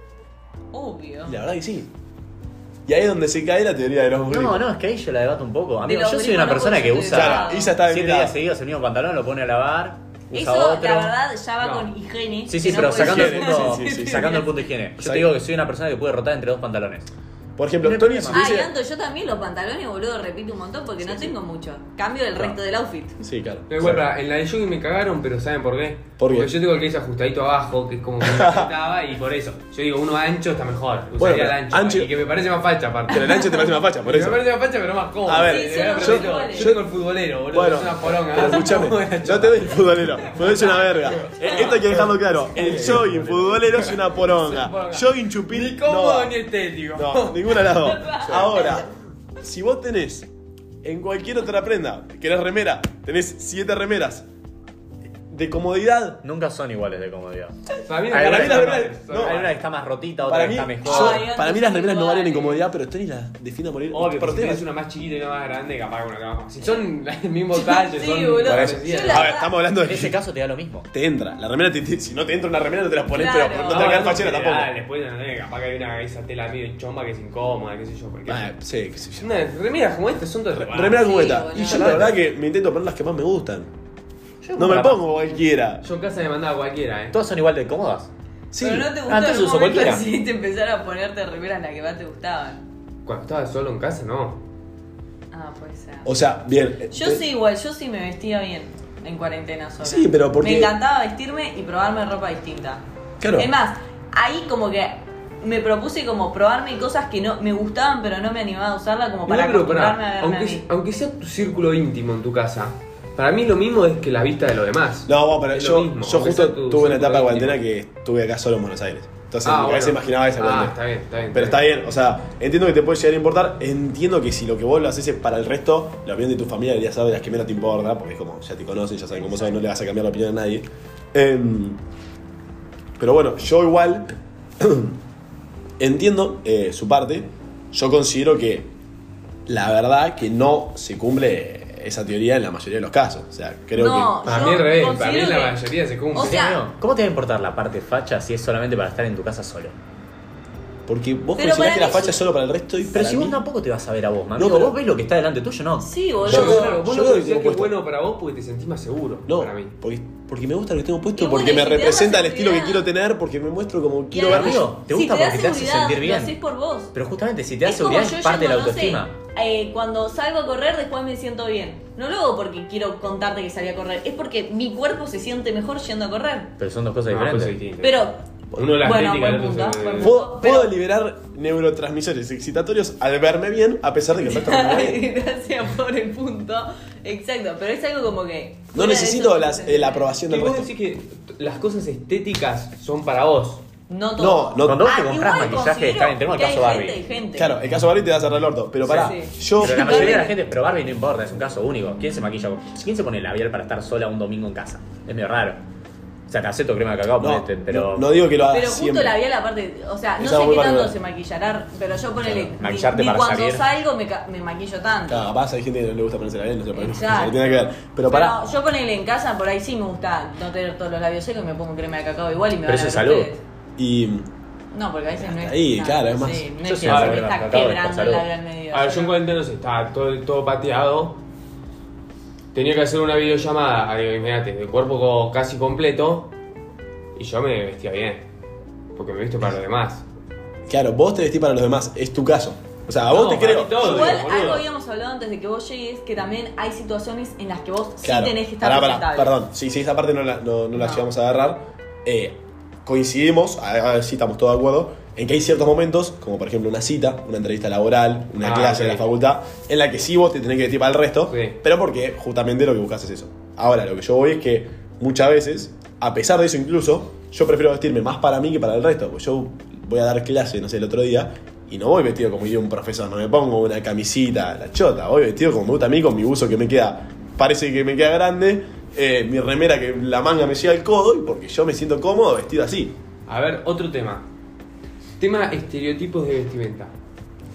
D: Obvio.
B: La verdad que sí. Y ahí es donde se cae la teoría de los gurús.
A: No, no, es que ahí yo la debato un poco. Amigo,
D: De los
A: yo soy una
D: británicos,
A: persona que
D: yo te
A: usa
B: Claro, Isa está de
A: siete
B: mi lado.
A: días seguidos el mismo pantalón, lo pone a lavar, usa
D: Eso,
A: otro.
D: la verdad, ya va
C: No.
D: con higiene.
A: Sí,
D: que
A: sí,
D: no
A: pero
D: puede
A: sacando el,
D: ser.
A: punto,
B: Sí, sí, sí, sí.
A: sacando el punto de higiene. Yo
B: Sac-
A: te digo que soy una persona que puede rotar entre dos pantalones.
B: Por ejemplo,
A: No hay
B: Tony, si
A: problema. Ah,
D: Ay,
B: hubiese-
D: Anto, yo también los pantalones, boludo, repito un montón porque no tengo mucho. Cambio el
A: Claro.
D: resto del outfit.
B: Sí, claro.
C: No, igual, pará, en la de jogging me cagaron, pero ¿saben por qué?
B: ¿Por qué?
C: Porque yo tengo el que es ajustadito abajo, que es como que me estaba, y por eso. Yo digo, uno ancho está mejor. Usaría
B: Bueno,
C: el
B: pero
C: ancho,
B: ancho-
C: Y que me parece más facha, aparte.
B: Pero el ancho te parece una facha, por
C: Me
B: eso.
C: parece más facha, pero más cómodo.
B: A ver, Sí,
C: Eh,
D: son los
C: pero
D: dos iguales.
C: yo tengo el futbolero, boludo.
B: Bueno,
C: es una poronga.
B: pero
C: (laughs)
B: escúchame, yo te doy el futbolero. Futbolero es una verga. Eh, Esto hay que dejarlo claro. El jogging futbolero es una poronga. Jogging chupín.
C: Ni
B: no
C: cómodo
B: va.
C: ni estético.
B: No, ninguna de las dos. Ahora, si vos tenés en cualquier otra prenda, querés remera, tenés siete remeras de comodidad.
A: Nunca son iguales de comodidad.
C: Para mí,
B: Ay,
C: para
B: la
C: mí
B: vida
C: no,
B: real, no.
C: no,
A: Hay
C: para
A: una
C: mí
A: que está más rotita, otra
B: Para
A: que
B: mí,
A: está
B: yo-
A: mejor.
D: Ay, antes
B: para mí las remeras no valen en
D: iguales.
B: comodidad, pero Tony las define a morir.
C: Obvio,
B: Pero
C: pero si tenés
B: ustedes-
C: una más chiquita y una más grande, capaz una te va más. Si son el mismo talle,
D: Sí,
C: son
D: boludo.
C: parecidas.
D: Yo la-
B: A ver, estamos hablando de
A: En ese caso te da lo mismo.
B: te entra. La remera, te- te- si no te entra una remera, no te la pones,
D: Claro.
B: pero no te va a quedar fachera tampoco.
C: Dale, después no, no, capaz que hay una esa tela medio chomba que es incómoda, qué sé yo, porque.
B: Ah, sí, qué sé yo.
C: Una remera como esta son todas
B: Re-
C: iguales.
B: Remera
D: Sí,
B: como esta.
D: boludo.
B: Y yo la verdad que me intento poner las que más me gustan.
A: Yo
B: No me
A: capaz-
B: pongo cualquiera.
C: Yo en casa me mandaba cualquiera, eh.
A: Todas son igual de cómodas.
B: Sí.
D: Pero no te gustó
A: Ah, entonces
D: en un
A: uso
D: momento (laughs)
A: cualquiera.
D: decidiste empezar a ponerte remeras las que más te gustaban.
C: Cuando estaba solo en casa, no.
D: Ah, puede ser.
B: O sea, bien. eh,
D: Yo
B: eh,
D: sí igual, yo sí me vestía bien en cuarentena sola.
B: Sí, pero porque-
D: Me encantaba vestirme y probarme ropa distinta.
B: Claro.
D: Es más, ahí como que me propuse como probarme cosas que no me gustaban pero no me animaba a usarla como para
C: Igual, pero pará,
D: acostumbrarme a verme a
C: aunque,
D: mí.
C: aunque sea tu círculo íntimo en tu casa, para mí lo mismo es que la vista de los
B: eh,
C: demás.
B: No, bueno, pero
C: Es
B: yo,
C: lo mismo,
B: yo
C: aunque sea
B: justo
C: tu
B: tuve una
C: círculo
B: etapa de
C: íntimo.
B: cuarentena que estuve acá solo en Buenos Aires. Entonces,
C: Ah,
B: a veces
C: bueno.
B: imaginaba esa
C: Ah,
B: cuestión.
C: está bien, está bien.
B: Pero está bien, o sea, entiendo que te puede llegar a importar, entiendo que si lo que vos lo haces es para el resto, la opinión de tu familia debería ser de las que menos te importa, porque es como, ya te conocen, ya saben cómo son, no le vas a cambiar la opinión a nadie. Em, pero bueno, yo igual (clears throat) entiendo eh, su parte, yo considero que la verdad que no se cumple esa teoría en la mayoría de los casos, o sea, creo
D: No.
C: Para
D: Yo
C: mí al revés, para mí
D: considero
C: la
D: que-
C: mayoría se cumple.
D: O sea,
C: ¿no?
A: ¿Cómo te va a importar la parte facha si es solamente para estar en tu casa solo?
B: que... Porque vos
D: Pero
B: considerás
D: para
B: que la
D: mí
B: facha
D: sí.
B: es solo para el resto y
A: Pero
B: para
A: si
B: mí-
A: vos tampoco te vas a ver a vos, mami.
B: No, pero-
A: Vos ves lo que está delante tuyo, no.
D: Sí,
C: Yo,
D: boludo.
B: Yo-
C: claro, vos
B: yo
C: lo
B: creo que tengo
C: considerás que es
B: puesto.
C: bueno para vos porque te sentís más seguro.
B: No,
C: para mí.
B: Porque, porque me gusta lo que tengo puesto,
D: Y bueno,
B: porque
D: y
B: me
D: si te da
B: representa el estilo que
D: seguridad.
B: quiero tener, porque me muestro como
D: Y
B: quiero
A: además-
B: verme. yo.
A: Te gusta
D: si te da
A: porque te hace
D: seguridad,
A: sentir bien.
D: Lo haces por vos.
A: Pero justamente si te da
D: Es como
A: seguridad
D: yo
A: es parte de la
D: yendo, no sé,
A: autoestima.
D: eh, cuando salgo a correr, después me siento bien. No lo hago porque quiero contarte que salí a correr. Es porque mi cuerpo se siente mejor yendo a correr.
A: Pero son dos cosas
C: No,
A: diferentes.
C: pues sí.
D: Pero,
C: Uno la
D: Bueno,
C: crítica,
D: buen
C: el otro
D: punto,
C: se-
D: buen punto.
B: Puedo,
D: Pero-
B: puedo liberar neurotransmisores excitatorios al verme bien, a pesar de que el resto
D: (laughs)
B: no me ve bien.
D: gracias por el punto. Exacto, pero es algo como que.
B: No
D: fuera de
B: necesito
D: eso-
B: las- eh, la aprobación
C: Que
B: del
C: vos
B: resto.
C: decís que t- las cosas estéticas son para vos.
D: No todo.
B: No, no.
A: Cuando- Vos te
D: Ah,
A: comprás
D: igual
A: maquillaje,
D: considero
A: está bien, tenemos el
D: que
A: caso
D: hay
A: Barbie.
D: Gente, hay gente.
B: Claro, el caso Barbie te va a cerrar el orto, pero pará.
D: Sí.
B: Yo.
A: Pero la mayoría de la gente, pero Barbie no importa, es un caso único. ¿Quién se maquilla? con- ¿Quién se pone labial para estar sola un domingo en casa? Es medio raro. O sea, te acepto crema de cacao,
B: No,
A: ponete, pero.
B: no, no digo que lo hagas
D: Pero justo
B: siempre.
D: la vi a la parte, o sea, no
B: Esa
D: sé
B: muy
D: qué
B: particular.
D: tanto se maquillará, pero yo ponele,
A: Claro,
D: ni-
A: maquillarte
D: ni,
A: para
D: cuando
A: salir.
D: salgo me, ca- me maquillo tanto.
B: Claro, capaz hay gente que no le gusta ponerse la bien, no sé por qué. no sé,
D: Exacto.
B: no tiene que ver. Pero pará.
D: yo ponele en casa, por ahí sí me gusta no tener todos los labios secos y me pongo crema de cacao igual y me
A: Pero
D: van a
A: eso
D: ver
A: es salud.
D: ustedes.
B: Y.
D: No, porque a veces no es.
B: Ahí,
D: nada,
B: claro, es más-
D: Sí, no
A: Yo
D: es
A: sí
D: que
A: hago
D: se me
A: crema de
D: está
A: cacao, es por
D: quebrando
A: salud.
D: el labio al medio.
C: A ver, yo en cuarentena no sé, estaba todo, todo pateado. Tenía que hacer una videollamada, ah, digo, imagínate, de cuerpo co- casi completo. Y yo me vestía bien. Porque me he visto para los demás.
B: Claro, vos te vestís para los demás, es tu caso. O sea, a vos
C: No,
B: te
C: para
B: creo.
C: mí todo,
D: Igual
C: digo, boludo.
D: algo habíamos hablado antes de que vos llegues que también hay situaciones en las que vos
B: Claro.
D: sí tenés que estar
B: Pará, pará,
D: presentable.
B: perdón. Sí, sí, esa parte no la, no, no la
D: No.
B: llegamos a agarrar. Eh, coincidimos, a, a ver si estamos todos de acuerdo, en que hay ciertos momentos, como por ejemplo una cita, una entrevista laboral, una
C: Ah,
B: clase de
C: ok.
B: la facultad, en la que sí vos te tenés que vestir para el resto,
C: Sí.
B: pero porque justamente lo que buscas es eso. Ahora, lo que yo voy es que muchas veces, a pesar de eso incluso, yo prefiero vestirme más para mí que para el resto, porque yo voy a dar clase, no sé, el otro día. Y no voy vestido como iría un profesor, no me pongo una camisita, la chota, voy vestido como me gusta a mí, con mi buzo que me queda parece que me queda grande, eh, mi remera que la manga me llega al codo y porque yo me siento cómodo vestido así.
C: A ver, otro tema. Tema estereotipos de vestimenta.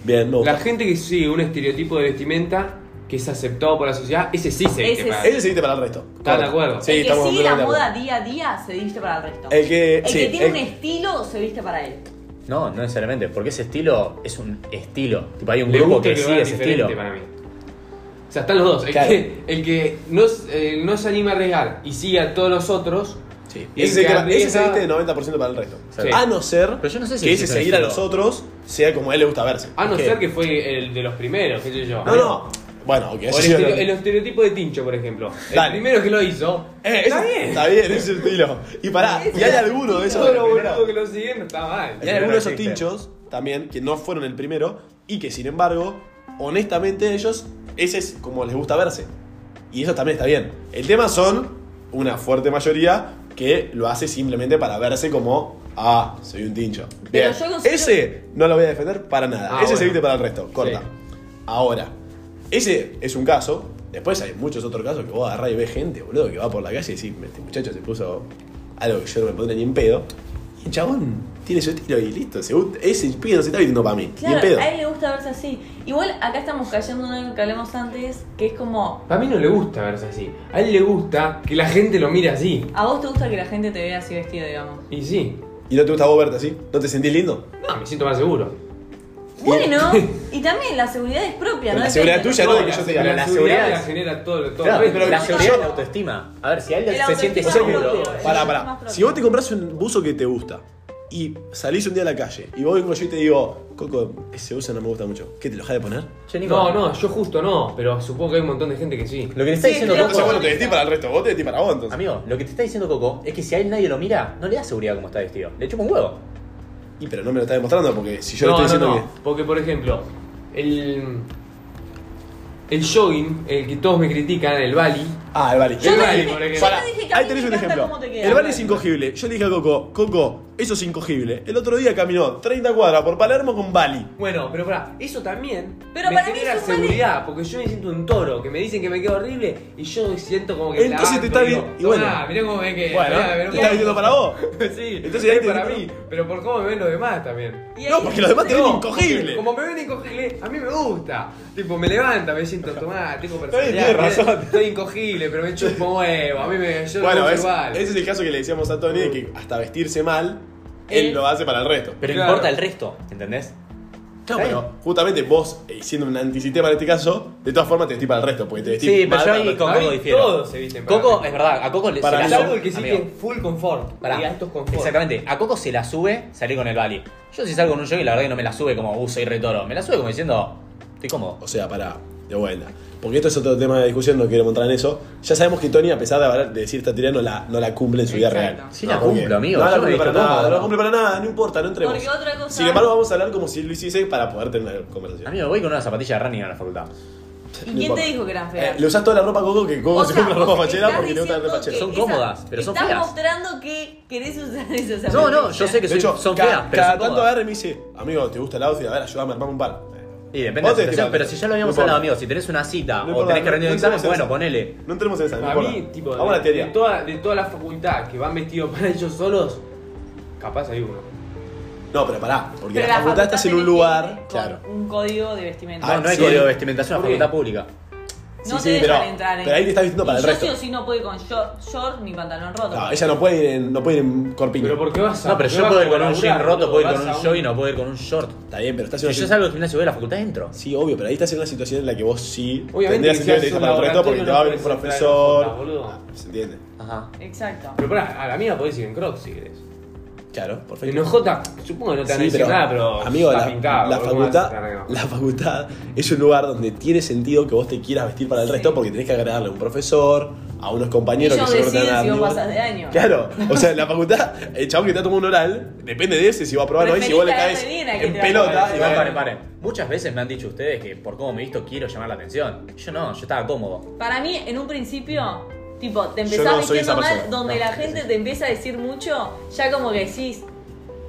B: Bien, me gusta.
C: La gente que sigue un estereotipo de vestimenta que es aceptado por la sociedad, ese sí se viste
D: Ese
C: para-
D: sí.
B: Ese se viste para el resto.
C: ¿Estás de acuerdo?
B: Sí,
D: el que
B: estamos
D: sigue la
B: completamente de
D: moda
B: acuerdo.
D: día a día se viste para el resto.
B: El que- sí,
D: tiene
B: el-
D: un estilo se viste para él.
A: No, no necesariamente, porque ese estilo es un estilo. Tipo, hay un
C: Le
A: grupo
C: gusta
A: que,
C: que
A: sigue
C: vean
A: ese
C: diferente
A: estilo.
C: para mí. O sea, están los dos. El
B: Claro.
C: que, el que no, eh, no se anima a arriesgar y sigue a todos los otros.
B: Sí.
C: Y el
B: Ese, se-
C: que
B: ese se
C: arriesga-
B: viste de 90% para el resto.
C: Sí.
B: A no ser
A: Pero yo no sé si
B: que ese
A: existe un
B: seguir a los
A: estilo.
B: otros sea como a él le gusta verse.
C: A Ah, no
B: Porque-
C: ser que fue el de los primeros, qué sé yo.
B: No, no. Bueno, ok.
C: O
B: ese
C: el,
B: sí Eh,
C: estereo-
B: lo-
C: el estereotipo de Tincho, por ejemplo.
B: Dale.
C: El primero que lo hizo.
B: Eh, ese-
C: está bien.
B: Está bien, ese estilo. Y pará, y hay alguno de esos.
C: Todos los boludos que lo siguen está mal.
B: Y hay algunos de esos tinchos también que no fueron el primero y que sin embargo, honestamente ellos, ese es como les gusta verse. Y eso también está bien. El tema son una fuerte mayoría que lo hace simplemente para verse como, ah, soy un tincho.
D: Pero
B: Bien.
D: yo considero-
B: Ese no lo voy a defender para nada.
C: Ah,
B: ese se
C: bueno.
B: viste para el resto, corta.
C: Sí.
B: Ahora, ese es un caso. Después hay muchos otros casos que vos agarrás y ves gente, boludo, que va por la calle y decís, este muchacho se puso algo que yo no me pondría ni en pedo. Y el chabón tiene su estilo y listo. se gust- ese pibe no se está vistiendo para mí, ni en
D: Claro,
B: pedo.
D: a él le gusta verse así. Igual acá estamos cayendo en algo que hablamos antes, que es como,
C: A mí no le gusta verse así. A él le gusta que la gente lo mire así.
D: a vos te gusta que la gente te vea así vestido, digamos.
C: Y sí.
B: ¿Y no te gusta vos verte así? ¿No te sentís lindo?
C: No, me siento más
B: (laughs)
C: seguro.
D: Bueno, y también la seguridad es propia,
B: Pero
D: ¿no?
B: la seguridad
D: Depende,
B: tuya
D: ¿no?
B: no de que yo te diga.
C: pero
A: la
C: la seguridad
A: seguridad
C: la
A: es-
C: genera todo, todo
A: Claro,
C: el resto.
A: pero la
D: No,
A: seguridad es
D: no.
A: la autoestima. A ver, si a él
D: El
A: se siente
D: autoestima
A: seguro.
D: propio.
B: Pará,
D: es más
B: pará.
D: propio.
B: Si vos te compras un buzo que te gusta y salís un día a la calle y vos vengo yo y te digo, Coco, ese buzo no me gusta mucho, ¿qué te lo dejás de poner?
A: Che, Nico,
C: No, no, yo justo no, pero supongo que hay un montón de gente que sí.
A: Lo que te está
D: Sí,
A: diciendo
D: creo
A: Coco.
D: que-
B: te vestís para el resto, vos te vestís para vos entonces.
A: Amigo, lo que te está diciendo Coco es que si a él nadie lo mira, no le da seguridad como está vestido. Le chupa un huevo.
B: Y pero no me lo está demostrando porque si yo
C: no,
B: le estoy
C: no,
B: diciendo
C: no, porque por ejemplo, el el jogging, el que todos me critican, el Bali,
B: que. Ah, el Bali.
D: Yo
B: El
D: no
B: Bali.
D: dije-
C: por
D: yo
C: ejemplo.
D: no dije que a
B: ahí
D: mí
B: tenés
D: me
B: un
D: encanta
B: ejemplo.
D: cómo te queda.
B: El Bali es incogible. Yo le dije a Coco, Coco, Eso es incogible. El otro día caminó 30 cuadras por Palermo con Bali.
C: Bueno, pero pará, eso también
D: Pero
C: me
D: para mí
C: genera
D: eso vale-
C: seguridad, porque yo me siento un toro, que me dicen que me quedo horrible y yo siento como que
B: Entonces te
C: planto
B: está
C: y digo,
B: bien- y bueno.
C: "Tomá, mirá cómo me
D: Eh,
C: que
B: Bueno,
C: mirá, mirá
B: ¿te estás diciendo para
D: (laughs)
B: vos?
C: (laughs) sí,
B: Entonces ahí
C: es
B: te-
C: para mí, pero por cómo me ven los demás también.
D: Y ahí-
B: No, porque los demás te ven
C: No,
B: incogible.
C: Como me ven incogible, a mí me gusta. Tipo, me levanta, me siento, tomá, tengo
B: Está
C: personalidad.
B: bien, tiene razón.
C: Estoy incogible, pero me chupo huevo. A mí me. Yo
B: Bueno,
C: lo
B: es-
C: uso igual.
B: ese es el caso que le decíamos a Tony de que hasta vestirse mal, él
D: Él-
B: lo hace para el resto.
A: Pero
C: Claro.
A: importa el resto, ¿entendés?
B: Claro, pero justamente vos, eh, siendo un antisistema en este caso, de todas formas te vestís para el resto, porque te vestís
A: Sí, pero yo
B: mal para el
A: ahí
B: resto.
A: con
C: Para
A: Coco
C: mí
A: difiero.
C: todos se visten para
A: Coco,
C: mí.
A: es verdad, a Coco le-
B: Para
A: se
B: mí
A: la
B: no.
C: Salvo
A: sube.
C: el que sí
A: amigo.
C: que es full confort.
A: Pará.
C: Y gastos confort.
A: Exactamente, a Coco se la sube salir con el Bali. Yo si salgo en un jogging, la verdad que no me la sube como, uh, soy retoro. Me la sube como diciendo, estoy cómodo.
B: O sea, para, de buena. Porque esto es otro tema de discusión, no quiero montar en eso. Ya sabemos que Tony, a pesar de, hablar- de decir esta teoría, no la, no la cumple en su vida
F: Exacto.
B: real.
A: Sí la
B: porque-
A: cumplo, amigo,
B: No la
A: yo me
B: cumple para
A: visto
B: nada,
A: cómodo.
B: no la cumple para nada, no importa, no entremos.
D: Porque otra cosa-
B: Sin embargo, vamos a hablar como si lo hiciese para poder tener conversación.
A: Amigo, voy con una zapatilla de running a la facultad.
D: ¿Y
B: No
D: quién
B: importa.
D: te dijo que eran
B: Eh,
D: feas?
B: le usás toda la ropa a Coco que Coco
D: O
B: se
D: sea,
B: compra ropa
D: vos
B: fachera
D: estás
B: porque le gusta la
D: diciendo
B: fachera.
D: que
A: Son
D: esa-
A: cómodas, pero son
D: estás
A: feas.
D: mostrando que querés usar esas
A: No, no,
D: zapatillas.
A: yo sé que
B: De
A: soy-
B: hecho,
A: son
B: ca-
A: feas, pero
B: cada
A: son
B: tanto
A: cómodas.
B: agarra y me dice, amigo, ¿te gusta el outfit? A ver, ayúdame a armarme un par.
A: Y depende de
B: Vos
A: la
B: te
A: situación,
B: fijas,
A: pero si ya lo habíamos
B: no importa.
A: hablado, amigo, si tenés una cita
B: No
A: Ah, o
B: importa,
A: tenés que rendir
B: no-
A: un
B: no
A: examen,
B: interesa.
A: bueno, ponele.
B: No entremos en esa, no
C: A
B: importa.
C: mí, tipo,
B: Vamos a la
C: de, de
B: teoría.
C: toda, de toda la facultad que van vestidos (laughs) para ellos solos, capaz hay uno.
B: No, pero pará, porque
D: Pero
B: la facultad estás en un
D: tenés que ir
B: lugar.
D: con
B: Claro.
D: Un código de vestimenta.
B: Ah,
A: No, no hay
B: sí.
A: código de vestimentación,
C: ¿Por
A: es
C: qué?
A: facultad pública.
D: No
B: sí,
D: te
B: sí,
D: dejan
B: pero-
D: entrar. ¿eh?
B: pero ahí te estás vistiendo
D: Y
B: para el
D: yo
B: resto.
D: sí o sí no puedo ir con short, short ni pantalón roto.
B: No, Ah, ella no puede ir en, no puede ir en corpiño.
C: Pero ¿por qué vas a.?
A: No, pero
C: ¿por qué
A: yo
C: vas
A: puedo ir
C: como
A: con un jean
C: laburar,
A: roto,
C: boludo?
A: puedo ir con
C: Vas
A: un
C: a
A: jogging o puedo ir con un short.
B: Está bien, pero estás en
A: Si
B: una
A: yo
B: situación-
A: salgo del gimnasio voy a la facultad, entro.
B: Sí, obvio, pero ahí estás en una situación en la que vos sí
C: Obviamente
B: tendrías sentido
C: que
B: que
C: si
B: te
C: haces un
B: para el resto porque
C: laboratorio
B: te va a
C: no
B: venir un
C: puedes entrar en
B: profesor.
C: la facultad, boludo.
B: Ah, ¿Se entiende?
A: Ajá.
D: Exacto.
C: Pero pará, a la mía podés ir en crocs si querés.
B: Claro, perfecto.
C: En OJ, supongo que no te van a
B: Sí,
C: decir nada, pero.
B: amigo,
C: está
B: la,
C: pintado,
B: la
C: boludo,
B: facultad,
C: vas a estar
B: la facultad es un lugar donde tiene sentido que vos te quieras vestir para el
D: Sí.
B: resto porque tenés que agradarle a un profesor, a unos compañeros
D: Ellos
B: que seguro te van a
D: deciden
B: dar
D: si vos
B: miedo.
D: pasás de año.
B: Claro, o sea, la facultad, el chabón que te tomando un oral, depende de ese si va a aprobar o no y si
D: Preferís
B: vos le
D: caerle
B: caes
D: bien a que
B: en
D: te va a
B: pelota.
D: aprobar.
B: y
A: No,
B: va a-
A: paren, paren. Muchas veces me han dicho ustedes que por cómo me he visto quiero llamar la atención. Yo no, yo estaba cómodo.
D: Para mí, en un principio, tipo, te
B: Yo
D: empezás
B: no soy
D: vistiendo
B: esa
D: mal,
B: persona.
D: donde
B: No,
D: la
B: sí,
D: gente
B: sí.
D: te empieza a decir mucho, ya como que decís.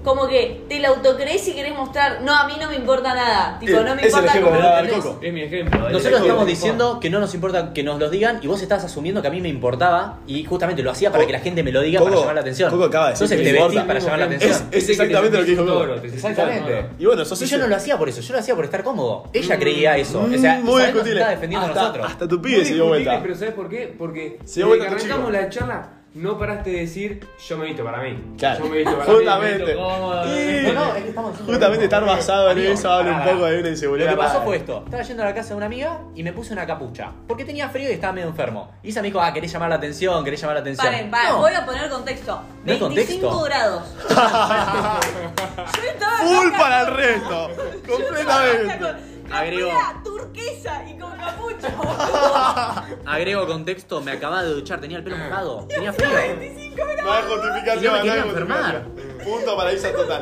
D: Como que te la autocrees y querés mostrar, no, a mí no me importa nada. Tipo,
B: Eh,
D: no me
B: es el
D: importa
B: ejemplo
D: cómo
B: que daba el
D: tenés.
B: Coco.
C: Es mi ejemplo.
A: Nosotros
C: estamos
A: estamos diciendo que no nos importa que nos los digan y vos estás asumiendo que a mí me importaba y justamente lo hacía para
B: Coco-
A: que la gente me lo diga para
B: Coco-
A: llamar la atención.
B: Coco acaba de decir
A: Entonces
B: que
A: te
B: le
A: vestís
B: importa.
A: para llamar la
C: Es-
A: atención.
B: es exactamente lo que dijo Coco.
A: Exactamente.
B: Y bueno, sos
A: Y yo
B: ese.
A: no lo hacía por eso, yo lo hacía por estar cómodo. Ella creía eso. O sea, Isabel
B: Mm, muy
A: nos
B: discutible.
A: está defendiendo a
B: hasta,
A: nosotros.
B: hasta tu pibe se dio vuelta.
C: Pero ¿sabes por qué? Porque
B: Se dio
C: desde
B: vuelta
C: que
B: tu chico.
C: arrancamos la charla, no paraste de decir, yo me he visto para mí.
B: Claro.
C: Yo me he visto para mí. me
B: Justamente.
C: visto cómodo,
B: Y-
C: me visto-
A: No, no, es que estamos diciendo
B: Justamente
A: lo mismo.
B: estar basado en
A: Amigo,
B: eso habla un
A: pará,
B: poco de una
A: Lo
B: inseguridad.
A: que pasó
B: Pará.
A: fue esto. Estaba yendo a la casa de una amiga y me puse una capucha. Porque tenía frío y estaba medio enfermo. Y esa me dijo, ah, querés llamar la atención, querés llamar la atención.
D: Paren, paren,
A: No.
D: voy a poner contexto.
A: ¿No hay
D: 25
A: contexto?
D: grados.
A: (laughs)
D: Yo estaba
B: Full
D: acá
B: para el
D: con-
B: resto.
D: yo estaba acá
B: Completamente.
D: con
A: Agrego.
D: capuela turquesa y con
A: (laughs)
D: capucho, boludo.
A: Agrego contexto, me acababa de duchar, tenía el pelo mojado. (laughs) Tenía frío.
D: 25 grados.
B: No hay
A: Yo me
B: justificación, no
A: quería
B: hay
A: enfermar.
B: justificación. Punto paraíso total.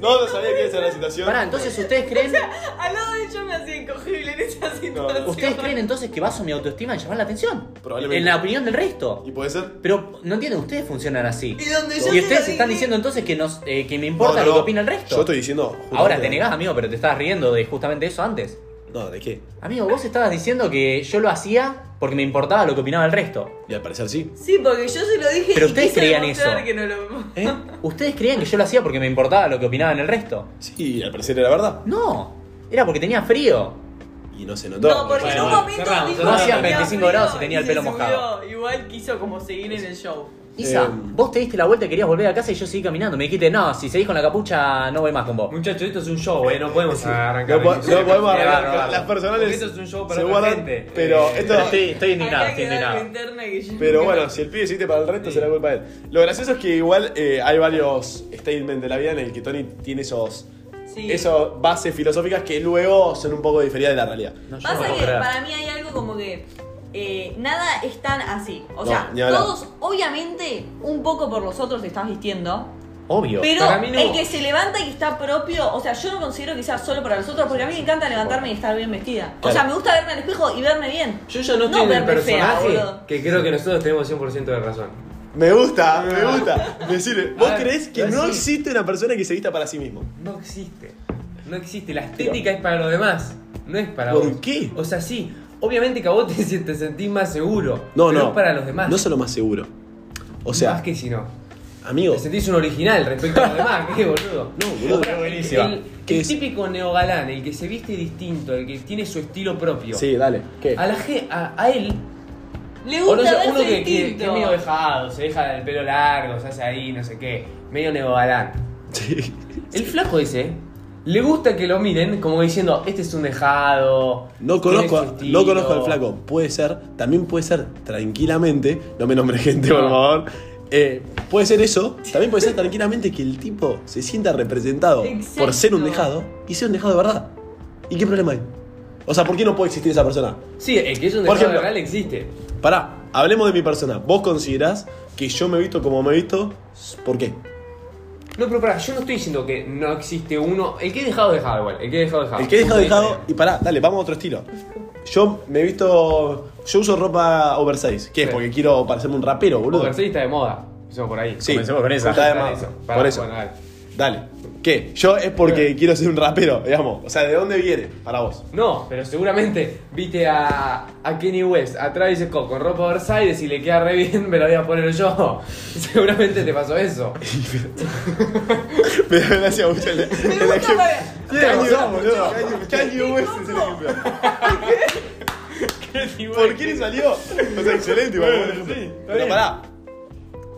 B: No lo sabía que esa era la situación.
A: Pará, entonces ustedes creen.
D: Al lado de yo me hacía incogible en esa situación.
A: Ustedes creen entonces que baso mi autoestima en llamar la atención.
B: Probablemente.
A: En la opinión del resto.
B: ¿Y puede ser?
A: Pero no entiendo, ustedes funcionan así.
D: Y donde yo
A: Y
D: se lo
A: ustedes
D: dije-
A: están diciendo entonces que nos eh, que me importa
B: No, no,
A: lo que
B: no.
A: opina el resto.
B: Yo estoy diciendo.
A: Ahora te
B: justamente-
A: negás, amigo, pero te estabas riendo de justamente eso antes.
B: No, ¿de qué?
A: Amigo, vos estabas diciendo que yo lo hacía porque me importaba lo que opinaba el resto.
B: Y al parecer sí.
D: Sí, porque yo se lo dije
A: Pero
D: y
A: ustedes
D: quise
A: creían
D: demostrar
A: eso.
D: que no lo...
A: ¿Eh? ¿Ustedes creían que yo lo hacía porque me importaba lo que opinaban el resto?
B: Sí, y al parecer era verdad.
A: No, era porque tenía frío.
B: Y no se notó.
D: No, porque en un
C: bueno,
D: momento
C: cerramos,
D: dijo
C: cerramos.
D: que
A: Hacían
D: tenía
A: 25 grados y
D: frío
A: tenía el
D: se
A: pelo
D: subió.
A: mojado.
D: Igual quiso como seguir en el show.
A: Isa,
B: Eh.
A: vos te diste la vuelta y querías volver a casa y yo seguí caminando. Me dijiste, no, si seguís con la capucha no voy más con vos.
C: Muchachos, esto es un show, eh, no podemos arrancar.
B: No, po- no podemos
C: arrancar.
B: arreglar. Las personales.
C: Porque esto es un show para
B: se
C: otra
B: guardan,
C: gente.
B: Pero
C: Eh,
B: esto.
A: Pero estoy, estoy indignado,
D: Acá
A: estoy
D: quedó algo
A: indignado.
D: interna que yo
B: Pero
D: nunca-
B: bueno, si el pibe hiciste para el resto, será culpa de él. Lo gracioso es que igual eh, hay varios statements de la vida en el que Tony tiene esos.
D: Sí.
B: Esas bases filosóficas que luego son un poco diferidas de la realidad.
A: No, yo no
D: Pasa
A: puedo
D: que
A: creer.
D: para mí hay algo como que eh, nada es tan así. O
B: No,
D: sea,
B: ni hablar.
D: todos, obviamente, un poco por los otros te estás vistiendo.
A: Obvio.
D: Pero
C: Para mí no.
D: el que se levanta y está propio, o sea, yo no considero que sea solo para los otros, porque a mí me encanta levantarme y estar bien vestida. O
B: Claro.
D: sea, me gusta verme al espejo y verme bien.
C: Yo ya no estoy en el
D: verme fea,
C: personaje
D: boludo.
C: que creo que nosotros tenemos 100% de razón.
B: Me gusta, me gusta. Me sirve. ¿Vos
C: A ver,
B: crees que
C: lo
B: no
C: decís.
B: existe una persona que se vista para sí mismo?
C: No existe. No existe. La estética es para los demás. No es para
B: ¿Por
C: vos.
B: qué?
C: O sea, sí. Obviamente que a vos te, (laughs) si- te sentís más seguro.
B: No,
C: pero
B: no.
C: Es para los demás.
B: No solo más seguro. O sea,
C: Más que si no.
B: amigo.
C: Te sentís un original respecto a los demás. (laughs) ¿Qué, boludo?
B: No, boludo.
A: buenísima.
C: El,
B: ¿Qué
C: el
B: es?
C: típico neogalán, el que se viste distinto, el que tiene su estilo propio.
B: Sí, dale. ¿Qué?
C: A, la, ge- a, a él.
D: Le
C: o no
D: gusta
C: sé,
D: verse
C: uno que, que- que es
D: distinto.
C: medio dejado, se deja el pelo largo, se hace ahí, no sé qué. Medio neogalán.
B: Sí.
C: El flaco ese. Le gusta que lo miren como diciendo, este es un dejado.
B: No
C: tiene
B: conozco,
C: su estilo".
B: no conozco al flaco. Puede ser, también puede ser tranquilamente. No me nombre gente, por
C: No.
B: favor. Eh, puede ser
C: (laughs)
B: eso. También puede ser tranquilamente que el tipo se sienta representado por ser un
D: Exacto.
B: dejado y sea un dejado de verdad. ¿Y qué problema hay? O sea, ¿por qué no puede existir esa persona?
C: Sí, el que es un
B: Por
C: dejado
B: ejemplo.
C: real existe.
B: Pará, hablemos de mi persona. ¿Vos considerás que yo me visto como me visto? ¿Por qué?
C: No, pero pará, yo no estoy diciendo que no existe uno. El que es dejado, dejado igual. El que es dejado, dejado.
B: El que he dejado,
C: Punto
B: dejado.
C: de
B: Y pará, dale, vamos a otro estilo. Yo me he visto. Yo uso ropa oversize. ¿Qué?
C: Sí.
B: Porque quiero parecerme un rapero, boludo.
C: Oversize está de moda. Empecemos por ahí.
B: Sí,
A: Comencemos con esa.
B: está de
C: Por
B: más.
C: eso,
B: Por
C: pará,
B: eso.
C: bueno, dale.
B: Dale. ¿Qué? Yo es porque quiero ser un rapero, digamos. O sea, ¿de dónde viene para (laughs) vos?
C: No, pero seguramente viste a, a Kenny West, a Travis Scott con ropa Versailles y le queda re bien, me la voy a poner yo. (laughs) Seguramente te
B: (laughs)
C: pasó eso.
B: Me da gracia mucho el,
D: Me
B: el
D: gusta
B: ejemplo.
D: para-
B: Tiene
C: Te
B: razón,
C: pasó
B: boludo. Kanye West es el ejemplo. ¿Por qué le salió? Eh, O sea, excelente, igual. buen ejemplo. Pero
A: bien.
B: pará.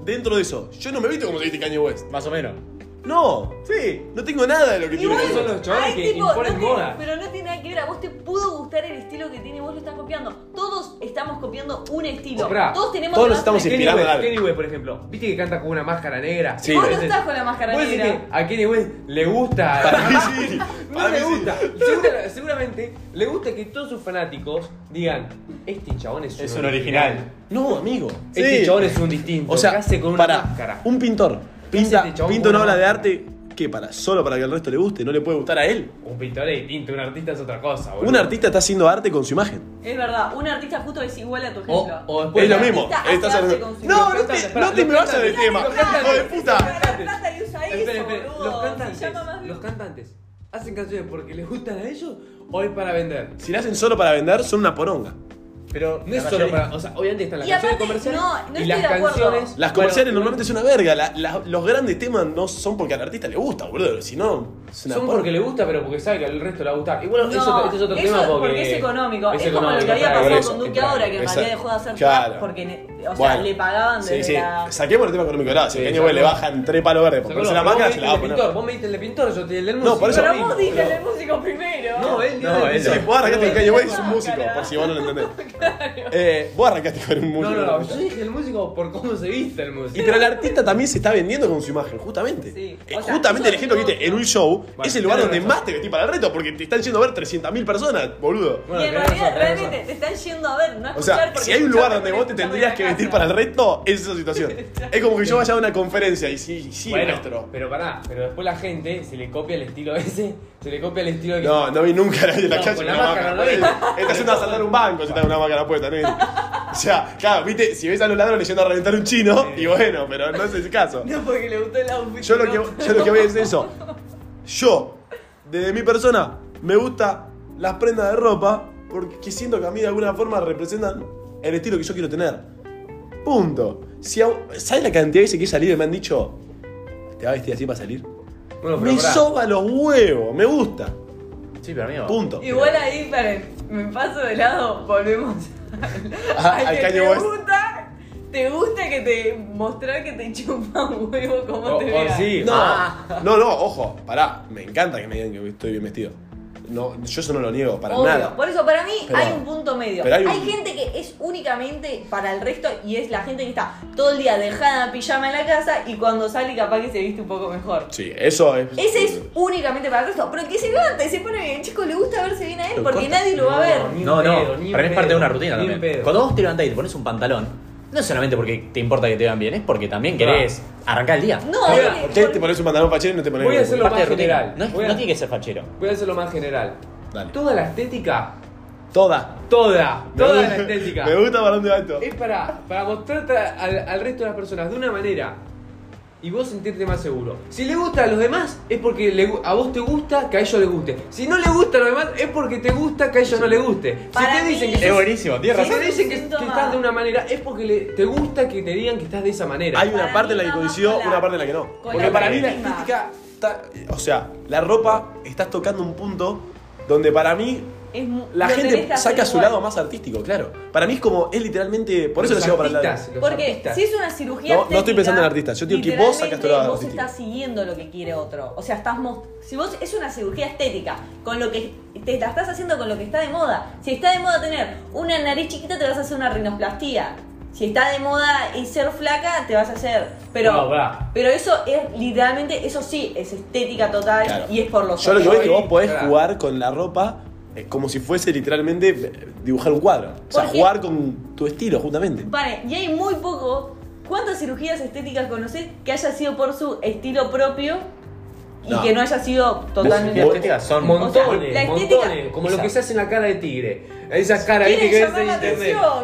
B: Dentro de eso, yo no me he visto como se viste Kanye West.
A: Más o menos.
B: No.
A: Sí.
B: No tengo nada de lo que tiene
D: Igual,
B: Kanye
C: son
B: West.
C: los chabones
D: hay
C: que imponen
D: no
C: moda.
D: Tiene, pero no tiene nada que ver. A vos te pudo gustar el estilo que tiene, vos lo estás copiando. Todos estamos copiando un estilo.
C: Pará,
D: todos tenemos.
B: todos
D: el
B: nos estamos
D: más-
C: Kenny
B: Inspirado,
C: West,
B: dale.
C: Kenny West, por ejemplo, viste que canta con una máscara negra.
B: Sí,
D: Vos no
B: Entonces,
D: estás con la máscara
C: Vos decís
D: negra.
C: que a Kenny West le gusta.
B: (laughs) Para mí (laughs) sí.
C: No
B: Para mí
C: le
B: sí.
C: gusta. Segura- seguramente le gusta que todos sus fanáticos digan: Este chabón es un,
A: Es un original.
B: No, amigo.
C: Este
B: Sí.
C: chabón es un distinto.
B: O sea,
C: ¿qué hace con una
B: pará,
C: máscara.
B: un pintor pinta,
C: este chabón
B: pinta
C: con
B: una
C: una
B: obra de
C: máscara?
B: arte que para solo para que el resto le guste, no le puede gustar a él.
C: Un pintor es distinto, un artista es otra cosa, boludo.
B: Un artista está haciendo arte con su imagen.
D: Es verdad, un artista justo es igual a tu ejemplo.
C: O, o después
B: es lo
C: la-
B: mismo.
D: artista hace
B: Estás
D: arte
B: hablando-
D: con su
B: No,
C: imagen.
B: no te, no
C: Los
B: te
C: cantantes,
B: me vayas del
C: los
B: tema.
C: cantantes.
B: Hijo de
D: Espera,
B: puta.
D: la plata y usa eso,
C: Esperen, esperen,
D: boludo.
C: Los
D: Se
C: cantantes,
D: llama más
C: los
D: bien-
C: cantantes, ¿hacen canciones porque les gustan a ellos o es para vender?
B: Si la hacen solo para vender, son una poronga.
A: Pero
C: No es solo para. O sea, obviamente están las
D: Y
C: canciones
D: aparte,
C: comerciales.
D: no, no
C: y
D: estoy
C: las
D: de acuerdo.
C: canciones.
B: Las comerciales normalmente es una verga. La- la- los grandes temas no son porque al artista le gusta, boludo. Si no, es una
C: Son
B: poronga.
C: porque le gusta, pero porque sabe que al resto le va a gustar. Y bueno,
D: No,
C: eso, este es otro
D: eso
C: tema porque.
D: es económico.
C: es
D: Es, como lo que
C: económico,
D: había
C: claro,
D: pasado
B: por eso,
D: con Duque
C: claro,
D: ahora, que en
B: exacto.
D: realidad dejó de hacer
B: Claro.
D: trap porque, ne- o sea,
B: Bueno.
D: le pagaban
B: Sí,
D: desde
B: sí.
D: la...
B: Saquemos el tema económico. ahora. Si
C: Sí,
B: a Kanye West le
C: sacalo.
B: bajan tres palos verdes por
C: Sacalo,
B: ponerse la
C: vos me
B: máscara, se
C: diste
B: la va a
C: el del pintor,
B: poner.
C: Vos me diste el de pintor, yo te di el del
B: No,
C: músico.
B: por eso-
C: Lo
D: Pero
C: mismo,
D: vos dijiste
C: boludo.
D: el músico primero.
C: No, él dio
A: No,
C: el
A: él
B: Sí,
C: pintor.
B: vos arrancaste con Kanye West es un
D: Claro.
B: músico, por si vos no lo entendés. Eh, vos arrancaste con un
C: No,
B: músico.
C: no, no, yo dije el músico por cómo se viste el
B: Y
C: músico.
B: pero el artista también se está vendiendo con su imagen, justamente.
D: Sí.
B: Eh,
D: O sea,
B: justamente el
D: eso
B: ejemplo que
D: no-
B: viste en un show
C: Bueno,
B: es el lugar
C: tenés
B: donde
C: razón.
B: más te metí para el reto, porque te están yendo a ver 300.000 personas, boludo.
C: Bueno,
D: y en
C: tenés
D: realidad
C: razón, tenés
D: realmente te están yendo a ver, no a
B: O
D: escuchar
B: sea,
D: porque
B: si hay un lugar
D: escuchar
B: donde
D: porque
B: vos te
D: escuchar
B: tendrías
D: en
B: que
D: la
B: vestir
D: casa.
B: para el reto, es esa
D: (laughs)
B: situación. es como que yo vaya a una conferencia y sí, sí,
C: bueno,
B: maestro.
C: pero pará, pero después la gente se le copia el estilo ese, se le copia el estilo de que
B: No, no vi nunca a nadie en la
C: No,
B: calle con
C: con la
B: una
C: máscara,
B: máscara.
C: no vi.
B: puesta. Está haciendo a saltar un banco si está con una máscara puesta, ¿no? viste? O sea, claro, viste, si ves a los ladrones yendo a reventar un chino, y bueno, pero no es el caso.
D: No, porque le gustó el outfit.
B: Yo lo
D: ¿no?
B: que, yo lo que voy es eso. Yo, desde mi persona, me gusta las prendas de ropa porque siento que a mí de alguna forma representan el estilo que yo quiero tener. Punto. Si a- ¿Sabes la cantidad de veces que he salido y me han dicho, ¿te vas a vestir así para salir?
C: Bueno, pero
B: Me
C: pará.
B: soba los huevos, me gusta.
A: Sí, pero amigo.
B: Punto.
D: Igual ahí, paren, me paso de lado, volvemos al,
B: Ah, al
D: al que
B: Kanye
D: te
B: West.
D: gusta, te gusta que te mostrar que te chupa un huevo como
C: O-
D: te
C: o
D: veas.
C: sí.
B: No,
C: Ah.
B: no, no, ojo, pará. Me encanta que me digan que estoy bien vestido. No, yo eso no lo niego para
D: Obvio.
B: nada.
D: Por eso, para mí
B: Pero-
D: hay un punto medio.
B: pero hay
D: hay,
B: un-
D: gente que es únicamente para el resto y es la gente que está todo el día dejada en pijama en la casa y cuando sale capaz que se viste un poco mejor.
B: Sí, eso es.
D: Ese es únicamente para el resto. Pero el que se levanta y se pone bien, chico, le gusta verse bien a él
B: Lo
D: porque
B: corta.
D: nadie lo va a ver.
C: Ni en
A: No,
C: pedo,
A: no,
C: ni en
A: para mí es parte de
C: pedo,
A: una rutina
C: ni en
A: también.
C: pedo.
A: Cuando vos te levantás y te pones un pantalón, no es solamente porque te importa que te vean bien, es porque también querés arrancar el día.
D: No,
C: Ahora,
D: dale,
B: ¿Por qué
D: por-
B: te pones un pantalón fachero y no te pones
C: Voy a
B: un-
C: hacerlo
A: Es parte de
C: más
A: rutina.
C: general.
A: No, es-
C: Voy a-
A: no tiene que ser fachero.
C: Voy a hacerlo más general.
B: Dale.
C: Toda la estética
B: Toda.
C: Toda,
B: Me
C: toda
B: gusta-
C: la
B: (laughs)
C: estética.
B: Me gusta para dónde va esto.
C: Es para, para mostrarte al, al resto de las personas de una manera y vos sentirte más seguro. Si le gusta a los demás, es porque le gu- a vos te gusta que a ellos les guste. Si no le gusta a los demás, es porque te gusta que a ellos no les guste. Si
D: Para
C: te dicen
D: mí-
C: que
A: Es
C: sos-
A: buenísimo, tienes
C: si
A: razón.
C: te dicen
D: Es un
C: que,
D: síntoma.
C: que estás de una manera, es porque le- te gusta que te digan que estás de esa manera.
B: Hay una
D: Para
B: parte
D: mí
B: en la que
D: va más
B: coincido,
D: con la-
B: una parte en la que no.
D: con
B: Porque
D: la
B: para mí la
D: autoestima.
B: estética está. O sea, la ropa estás tocando un punto donde para mí
D: Es mu-
B: la
D: lo tenés
B: gente
D: que hacer
B: saca su
D: igual.
B: lado más artístico, claro. Para mí es como, es literalmente. Por eso
C: Los
B: lo llevo para el
C: artistas,
B: lado.
C: los
D: Porque
C: artistas.
D: si es una cirugía
B: No, no estoy
D: estética,
B: pensando en artistas, yo digo que vos sacas tu
D: literalmente
B: lado
D: vos
B: artístico.
D: estás siguiendo lo que quiere otro. O sea, estás mos- si vos es una cirugía estética, con lo que te la estás haciendo con lo que está de moda. Si está de moda tener una nariz chiquita, te vas a hacer una rinoplastía. Si está de moda y ser flaca, te vas a hacer. Pero,
C: No, va.
D: pero eso es literalmente, eso sí, es estética total
B: Claro.
D: y es por los
B: Yo lo que
D: ojos.
B: veo es que vos podés
C: Claro.
B: jugar con la ropa eh, como si fuese literalmente eh, dibujar un cuadro. O sea,
D: Porque-
B: jugar con tu estilo, justamente.
D: Vale, y hay muy poco. ¿Cuántas cirugías estéticas conocés que haya sido por su estilo propio y
B: No.
D: que no haya sido totalmente
A: Las estéticas son
C: Montones,
D: O sea, la estética-
C: montones, como lo
A: Esa.
C: que se hace en la cara de tigre. Esa cara de
D: Quieren
C: tigre
D: llamar la atención,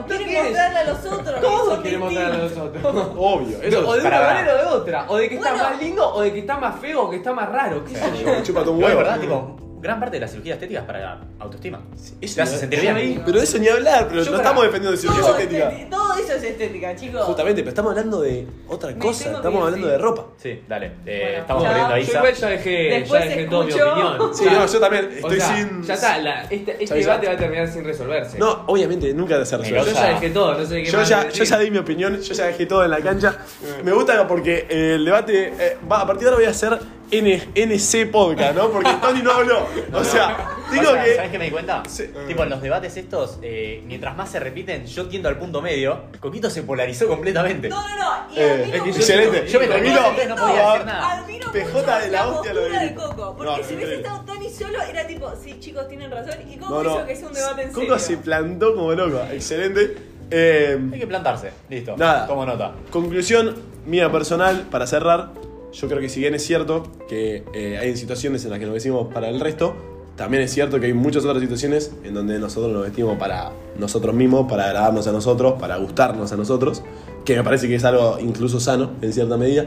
D: quieren mostrarle a los otros. que
C: Todos
D: son
C: queremos mostrar a los
D: distintos.
C: otros.
B: Obvio,
C: De- o de una
A: para-
C: manera o de otra. O de que está
D: Bueno.
C: más lindo, o de que está más feo, o que está más raro. ¿Qué sé yo?
B: Me chupa (laughs) todo un
A: No, es
B: huevo.
A: verdad, tipo, gran parte de la cirugía estética es para la autoestima.
B: Eso
A: Te hace
B: ni-
A: sentir bien.
B: Pero de eso ni hablar, pero
C: Yo
B: no
C: para-
B: estamos defendiendo de cirugía
D: Todo, es
B: estética.
D: estética, todo eso es estética, chicos.
B: Justamente, pero estamos hablando de otra
D: Me
B: cosa,
D: tengo que
B: estamos
D: ir,
B: hablando
D: sí.
B: de ropa.
A: Sí, dale. eh,
D: Bueno,
A: estamos
D: ya.
A: perdiendo a
C: Yo
A: Isa.
C: igual ya dejé, ya
D: Después
C: dejé todo mi
D: escucho.
C: opinión.
B: Sí, no, yo también
C: o
B: estoy
C: sea,
B: sin.
C: Ya está, la- este, este
B: Ya está.
C: debate va a terminar sin resolverse.
B: No, obviamente, nunca se
A: Pero
C: yo
B: resuelve.
A: o
C: ya
A: sea,
C: dejé todo, no sé qué
B: Yo
C: más
B: ya, yo
C: decir.
B: ya di mi opinión, yo ya dejé todo en la cancha. Me gusta porque eh, el debate. eh, va, a partir de ahora voy a hacer N- NC podcast, ¿no? Porque Tony no habló. O sea, digo
A: O sea,
B: que.
A: ¿Sabes qué me di cuenta?
B: Sí.
A: Tipo, en los debates estos, eh, mientras más se repiten, yo tiendo al punto medio. Coquito se polarizó completamente.
D: No, no, no. Y
B: Eh,
D: admiro mucho-
B: excelente.
A: Yo me tranquilo,
D: admiro-
A: ustedes no podían hacer nada.
D: Admiro
B: PJ
D: mucho
B: de la
D: la
B: hostia lo
D: postura
B: de-
D: de Coco. Porque
B: No,
D: si hubiese
B: increíble.
D: estado Tony solo, era tipo, sí, chicos, tienen razón. Y Coco
B: No, no.
D: hizo que sea un debate en
B: Coco se
D: serio.
B: plantó como loco. Excelente. Eh,
A: Hay que plantarse. Listo.
B: Nada.
A: Tomo nota.
B: Conclusión mía personal, para cerrar, yo creo que si bien es cierto que eh, hay situaciones en las que nos vestimos para el resto, también es cierto que hay muchas otras situaciones en donde nosotros nos vestimos para nosotros mismos, para agradarnos a nosotros, para gustarnos a nosotros, que me parece que es algo incluso sano en cierta medida.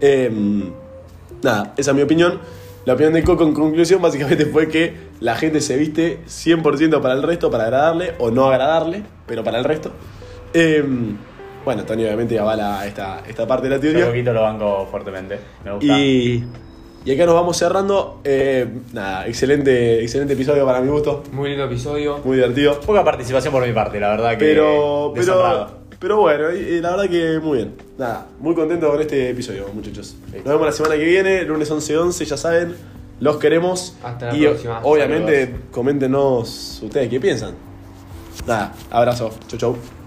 B: Em, nada, esa es mi opinión. La opinión de Coco en conclusión básicamente fue que la gente se viste 100% para el resto, para agradarle o no agradarle, pero para el resto. Em, bueno, Tony obviamente avala esta, esta parte de la
A: Yo
B: teoría.
A: Coquito lo banco fuertemente. Me gusta.
B: Y, y acá nos vamos cerrando. Eh, nada, excelente, excelente episodio para mi gusto.
C: Muy lindo episodio.
B: Muy divertido.
A: Poca participación por mi parte, la verdad que.
B: Pero, pero,
A: deshonrado.
B: pero bueno, y- y la verdad que muy bien. Nada, muy contento con este episodio, muchachos. Nos vemos la semana que viene, lunes 11-11, ya saben, los queremos.
C: Hasta la
B: y
C: próxima.
B: obviamente, coméntenos ustedes qué piensan. Nada, abrazo. Chau, chau.